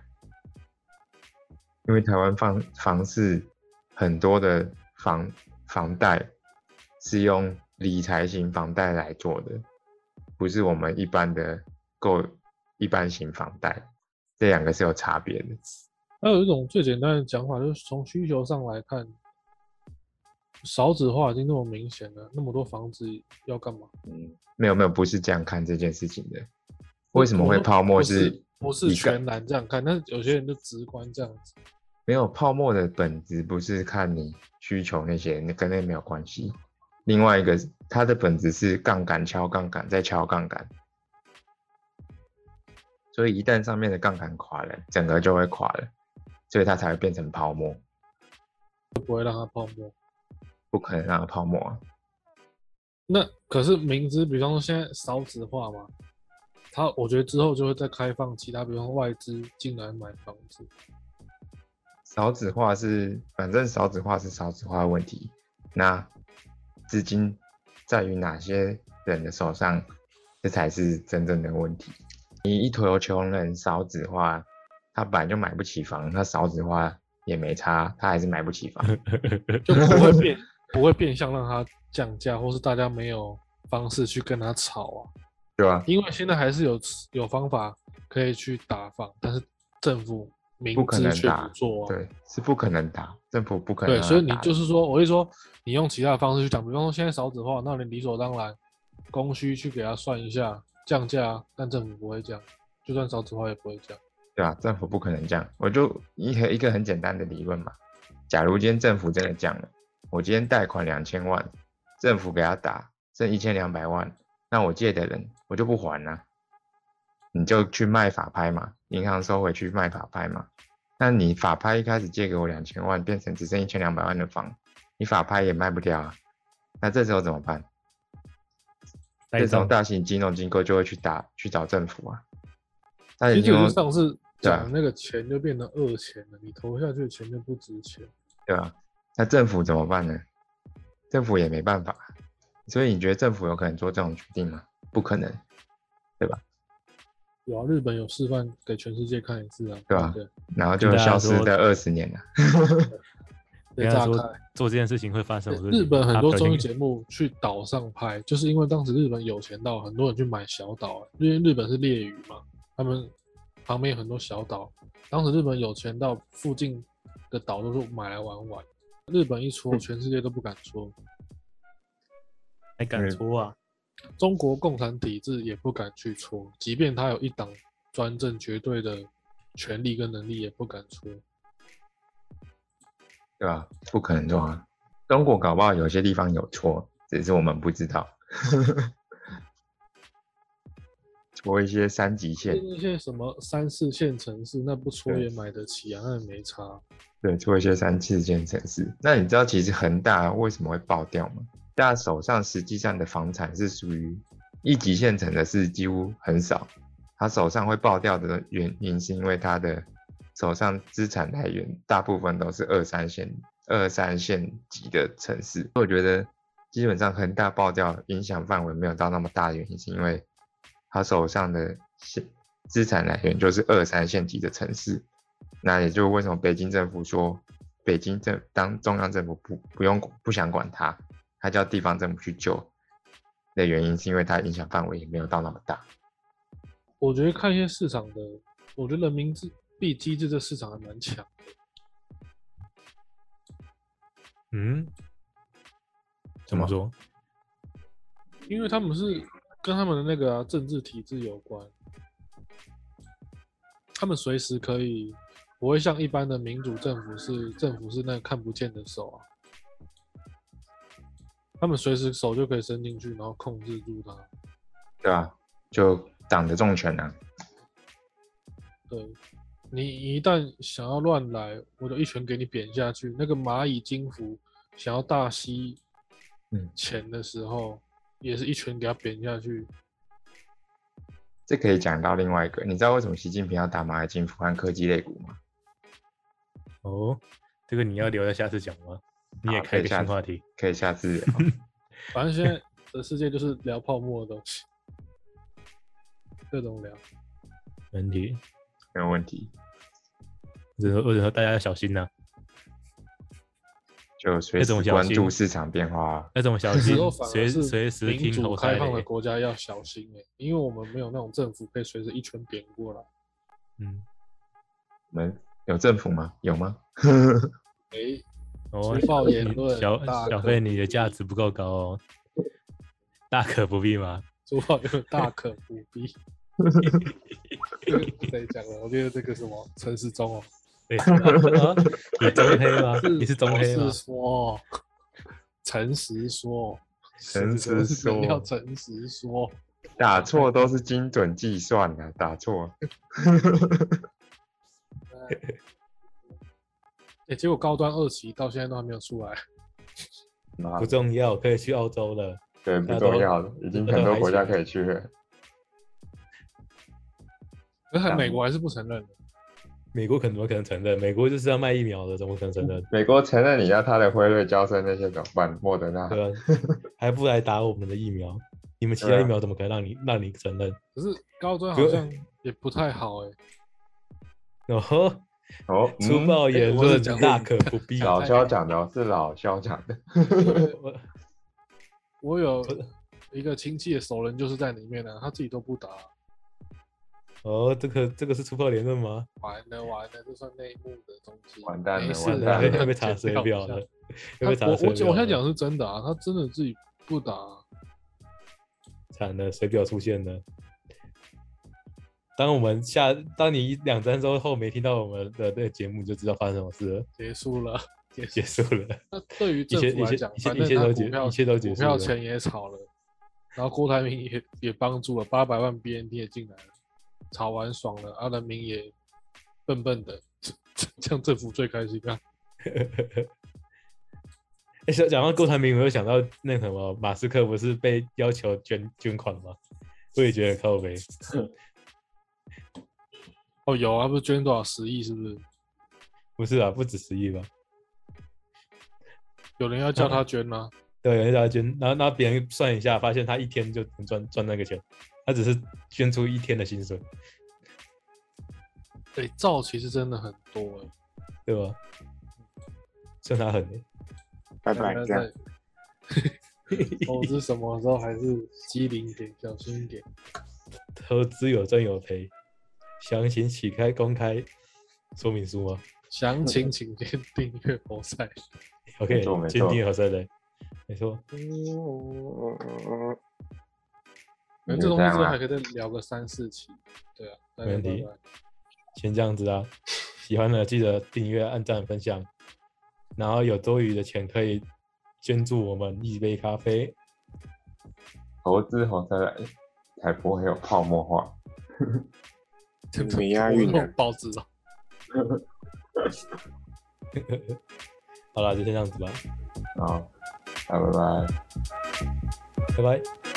Speaker 3: 因为台湾房房市很多的房房贷是用理财型房贷来做的，不是我们一般的购一般型房贷，这两个是有差别的。
Speaker 1: 还有一种最简单的讲法，就是从需求上来看，少子化已经那么明显了，那么多房子要干嘛？
Speaker 3: 嗯，没有没有，不是这样看这件事情的。为什么
Speaker 1: 我
Speaker 3: 会
Speaker 1: 说
Speaker 3: 泡沫
Speaker 1: 不
Speaker 3: 是
Speaker 1: 是不是
Speaker 3: 一个
Speaker 1: 全然这样看，但是有些人就直观这样子。
Speaker 3: 没有泡沫的本质不是看你需求那些，那跟那没有关系。另外一个，它的本质是杠杆敲杠杆再敲杠杆，所以一旦上面的杠杆垮了，整个就会垮了，所以它才会变成泡沫。会不会让它泡沫？不可能让它泡沫啊！
Speaker 1: 那可是明知，比方说现在少子化嘛，它我觉得之后就会再开放其他，比方说外资进来买房子。
Speaker 3: 少子化是，反正少子化是少子化的问题。那资金在于哪些人的手上，这才是真正的问题。你一头穷人少子化，他本来就买不起房，他少子化也没差，他还是买不起 房。
Speaker 1: 就不会 变，不会变相让它降价，或是大家没有方式去跟它吵啊。
Speaker 3: 对吧？
Speaker 1: 因为现在还是有有方法可以去打房，但是政府明
Speaker 3: 不可
Speaker 1: 知
Speaker 3: 能
Speaker 1: 却
Speaker 3: 打
Speaker 1: 不做啊。
Speaker 3: 对，是不可能打，政府不可能
Speaker 1: 对，
Speaker 3: 让他
Speaker 1: 所以你
Speaker 3: 打
Speaker 1: 就是说，我会说，你用其他的方式去讲，比方说现在少子化，那你理所当然供需去给它算一下降价，但政府不会降，就算少子化也不会降。
Speaker 3: 对啊，政府不可能这样。我就一个一个很简单的理论嘛，假如今天政府真的降了，我今天贷款两千万，政府给他打剩一千两百万，那我借的人我就不还啦、你就去卖法拍嘛，银行收回去卖法拍嘛。那你法拍一开始借给我两千万，变成只剩一千两百万的房，你法拍也卖不掉啊，那这时候怎么办？
Speaker 2: 呆
Speaker 3: 这种
Speaker 2: 账
Speaker 3: 大型金融机构就会去打去找政府啊。大
Speaker 1: 其实
Speaker 3: 型金
Speaker 1: 就
Speaker 3: 融
Speaker 1: 是上次
Speaker 3: 对啊
Speaker 1: 讲的那个钱就变成二钱了，你投下去的钱就不值钱。
Speaker 3: 对吧、那政府怎么办呢？政府也没办法，所以你觉得政府有可能做这种决定吗？不可能，
Speaker 1: 有啊，日本有示范给全世界看一次啊，对
Speaker 3: 对啊
Speaker 1: 不对？
Speaker 3: 然后就
Speaker 2: 跟大家
Speaker 3: 消失
Speaker 2: 说
Speaker 3: 的二十年了。
Speaker 2: 人
Speaker 1: 被
Speaker 2: 家
Speaker 1: 炸
Speaker 2: 说
Speaker 1: 开。
Speaker 2: 做这件事情会发生什么事情。
Speaker 1: 日本很
Speaker 2: 他
Speaker 1: 多
Speaker 2: 不小
Speaker 1: 综艺
Speaker 2: 心
Speaker 1: 节目去岛上拍，就是因为当时日本有钱到很多人去买小岛、啊因为日本是列屿嘛，他们旁边有很多小岛。当时日本有钱到附近的岛都是买来玩玩，日本一戳，全世界都不敢戳，
Speaker 2: 还
Speaker 3: 嗯
Speaker 2: 敢戳啊？
Speaker 1: 中国共产体制也不敢去戳，即便他有一党专政绝对的权力跟能力，也不敢戳。
Speaker 3: 对吧、不可能错啊！中国搞不好有些地方有错，只是我们不知道。 戳一些三级线
Speaker 1: 就是，那些什么三四线城市，那不戳也买得起啊，那也没差。
Speaker 3: 对，戳一些三次线城市。那你知道其实恒大为什么会爆掉吗？大家手上实际上的房产是属于一级县城的是几乎很少，他手上会爆掉的原因是因为他的手上资产来源大部分都是二三线、二三线级的城市。我觉得基本上恒大爆掉影响范围没有到那么大，原因是因为他手上的现资产来源就是二三线级的城市。那也就是为什么北京政府说，北京政当中央政府不不用不想管它，它叫地方政府去救的原因，是因为它影响范围也没有到那么大。
Speaker 1: 我觉得看一些市场的，我觉得人民币机制这市场还蛮强。
Speaker 2: 嗯，怎么
Speaker 3: 什么
Speaker 2: 说？
Speaker 1: 因为他们是跟他们的那个啊、政治体制有关，他们随时可以不会像一般的民主政府是政府是那个看不见的手啊，他们随时手就可以伸进去，然后控制住它。
Speaker 3: 对啊，就党的重拳啊，
Speaker 1: 对你一旦想要乱来，我就一拳给你扁下去。那个蚂蚁金服想要大吸
Speaker 3: 嗯
Speaker 1: 钱的时候，也是一拳给他扁下去。
Speaker 3: 这可以讲到另外一个，你知道为什么习近平要打马蚁金服和科技类股吗？
Speaker 2: 哦，这个你要留到下次讲吗？你也
Speaker 3: 好
Speaker 2: 开
Speaker 3: 等
Speaker 2: 个
Speaker 3: 一下
Speaker 2: 新话题。
Speaker 3: 可以下次 聊。
Speaker 1: 反正现在的世界就是聊泡沫的东西，各种聊。
Speaker 2: 没问题，
Speaker 3: 没有问题，
Speaker 2: 我只能说，我只能说大家要小心呐、
Speaker 3: 就随
Speaker 2: 那
Speaker 3: 时
Speaker 2: 种小
Speaker 3: 关
Speaker 2: 心
Speaker 3: 注市场变化啊。
Speaker 2: 那种小
Speaker 1: 有
Speaker 2: 心
Speaker 1: 时候，反而
Speaker 2: 随
Speaker 1: 是
Speaker 2: 随时
Speaker 1: 民
Speaker 2: 听
Speaker 1: 主
Speaker 2: 头
Speaker 1: 开
Speaker 2: 塞
Speaker 1: 放的
Speaker 2: 雷。
Speaker 1: 国家要小心哎、因为我们没有那种政府可以随时一拳扁过来。
Speaker 2: 嗯，
Speaker 3: 我们有政府吗？有吗？
Speaker 1: 哎、
Speaker 2: 哦
Speaker 1: 举，报言
Speaker 2: 你
Speaker 1: 论
Speaker 2: 小
Speaker 1: 大
Speaker 2: 小
Speaker 1: 可
Speaker 2: 飞，
Speaker 1: 不
Speaker 2: 你的
Speaker 1: 必
Speaker 2: 价值不够高哦，大可不必嘛。
Speaker 1: 主保有大可不 必。这个谁讲的？我记得这个什么陈世忠哦，
Speaker 2: 对，啊啊你中黑吗？啊你是中黑吗
Speaker 1: 我是？说，诚实说，
Speaker 3: 诚实说
Speaker 1: 人要诚实说。
Speaker 3: 打错都是精准计算的、打错。
Speaker 1: 哎、结果高端二期到现在都还没有出来。
Speaker 3: 妈
Speaker 2: 不重要，可以去澳洲了。
Speaker 3: 啊对，
Speaker 2: 大
Speaker 3: 不
Speaker 2: 家
Speaker 3: 重
Speaker 2: 都
Speaker 3: 要了，已经
Speaker 2: 大家
Speaker 3: 很
Speaker 2: 都
Speaker 3: 多
Speaker 2: 还
Speaker 3: 国家
Speaker 2: 行
Speaker 3: 可以去了。
Speaker 1: 可是
Speaker 3: 当
Speaker 1: 美国还是不承认的。
Speaker 2: 美国可能怎么可能承认？美国就是要卖疫苗的，怎么可能承认？
Speaker 3: 美国承认你要他的辉瑞、胶生那些怎么办？莫德纳
Speaker 2: 对啊，还不来打我们的疫苗？你们其他
Speaker 3: 对
Speaker 1: 嗯
Speaker 3: 啊
Speaker 2: 疫苗怎么可能让你让你承认？
Speaker 1: 可是高端
Speaker 2: 不
Speaker 1: 好
Speaker 2: 用
Speaker 1: 像也不太好哎、
Speaker 2: 哦吼，
Speaker 3: 哦，
Speaker 2: 粗
Speaker 3: 嗯
Speaker 2: 暴言
Speaker 1: 哎我是
Speaker 2: 论
Speaker 1: 讲
Speaker 2: 大可不必。
Speaker 3: 老肖讲的哦是老肖讲的，
Speaker 2: 我
Speaker 1: 我有一个亲戚的熟人就是在里面呢、他自己都不打，
Speaker 2: 哦，这个这个是粗暴言论吗？
Speaker 1: 完了完了，这算内幕的东西。
Speaker 3: 完蛋了
Speaker 1: 没事
Speaker 3: 完
Speaker 1: 的
Speaker 3: 蛋
Speaker 2: 会
Speaker 3: 了
Speaker 1: 这
Speaker 2: 会
Speaker 1: 个
Speaker 2: 被查水
Speaker 1: 剪掉
Speaker 2: 表
Speaker 1: 一下
Speaker 2: 的，会
Speaker 1: 他
Speaker 2: 被查
Speaker 1: 我
Speaker 2: 水
Speaker 1: 我
Speaker 2: 表的。
Speaker 1: 我现在讲的是真的啊，他真的自己不打、
Speaker 2: 惨了，水表出现了。当我们下，当你一两三周后没听到我们的那个节目，你就知道发生什么事了，
Speaker 1: 结束了。
Speaker 2: 也结束了。
Speaker 1: 那对于政
Speaker 2: 一切
Speaker 1: 府来
Speaker 2: 一切
Speaker 1: 讲，
Speaker 2: 一切
Speaker 1: 反
Speaker 2: 一
Speaker 1: 正
Speaker 2: 切
Speaker 1: 他
Speaker 2: 都
Speaker 1: 股
Speaker 2: 结
Speaker 1: 票
Speaker 2: 一切都结
Speaker 1: 股
Speaker 2: 束
Speaker 1: 票
Speaker 2: 了
Speaker 1: 钱也炒了，然后郭台铭也也帮助了八百万 BNT 也进来了，炒完爽了，阿人民也笨笨的， 这样政府最开心啊。
Speaker 2: 哎，讲讲到郭台铭，我又想到那个什么，马斯克不是被要求捐捐款吗？我也觉得很靠背。
Speaker 1: 哦，有啊，不是捐多少十亿，是不是？
Speaker 2: 不是啊，不止十亿吧？
Speaker 1: 有人要叫 他捐吗、
Speaker 2: 对，有人叫他捐，然后然后别人算一下，发现他一天就能赚赚那个钱，他只是捐出一天的薪水，
Speaker 1: 对，造其实真的很多哎、
Speaker 2: 对吧？算他狠欸。
Speaker 4: 拜
Speaker 1: 看
Speaker 4: 拜
Speaker 1: 他
Speaker 4: 这样
Speaker 1: 在。投资什么的时候还是机灵一点，小心一点。
Speaker 2: 投资有赚有赔，详情请开公开说明书吗
Speaker 1: 详情请见订阅博赛。
Speaker 2: ？OK，
Speaker 3: 没错没错
Speaker 2: 鉴定好再来。没错，
Speaker 4: 嗯，
Speaker 1: 可能
Speaker 3: 就
Speaker 1: 这东西
Speaker 3: 这样啊
Speaker 1: 之后
Speaker 3: 啦
Speaker 1: 还可以再聊个三四期，对啊，大家
Speaker 2: 没问题
Speaker 1: 拜拜
Speaker 2: 先这样子啊。喜欢的记得订阅、按赞、分享，然后有多余的钱可以捐助我们一杯咖啡。
Speaker 3: 投资好再来，才不会有泡沫化。
Speaker 4: 没押韵
Speaker 1: 我
Speaker 4: 的，
Speaker 1: 报纸哦了，
Speaker 2: 好啦，就先这样子吧，
Speaker 3: 啊好，好，拜拜。
Speaker 2: 拜拜。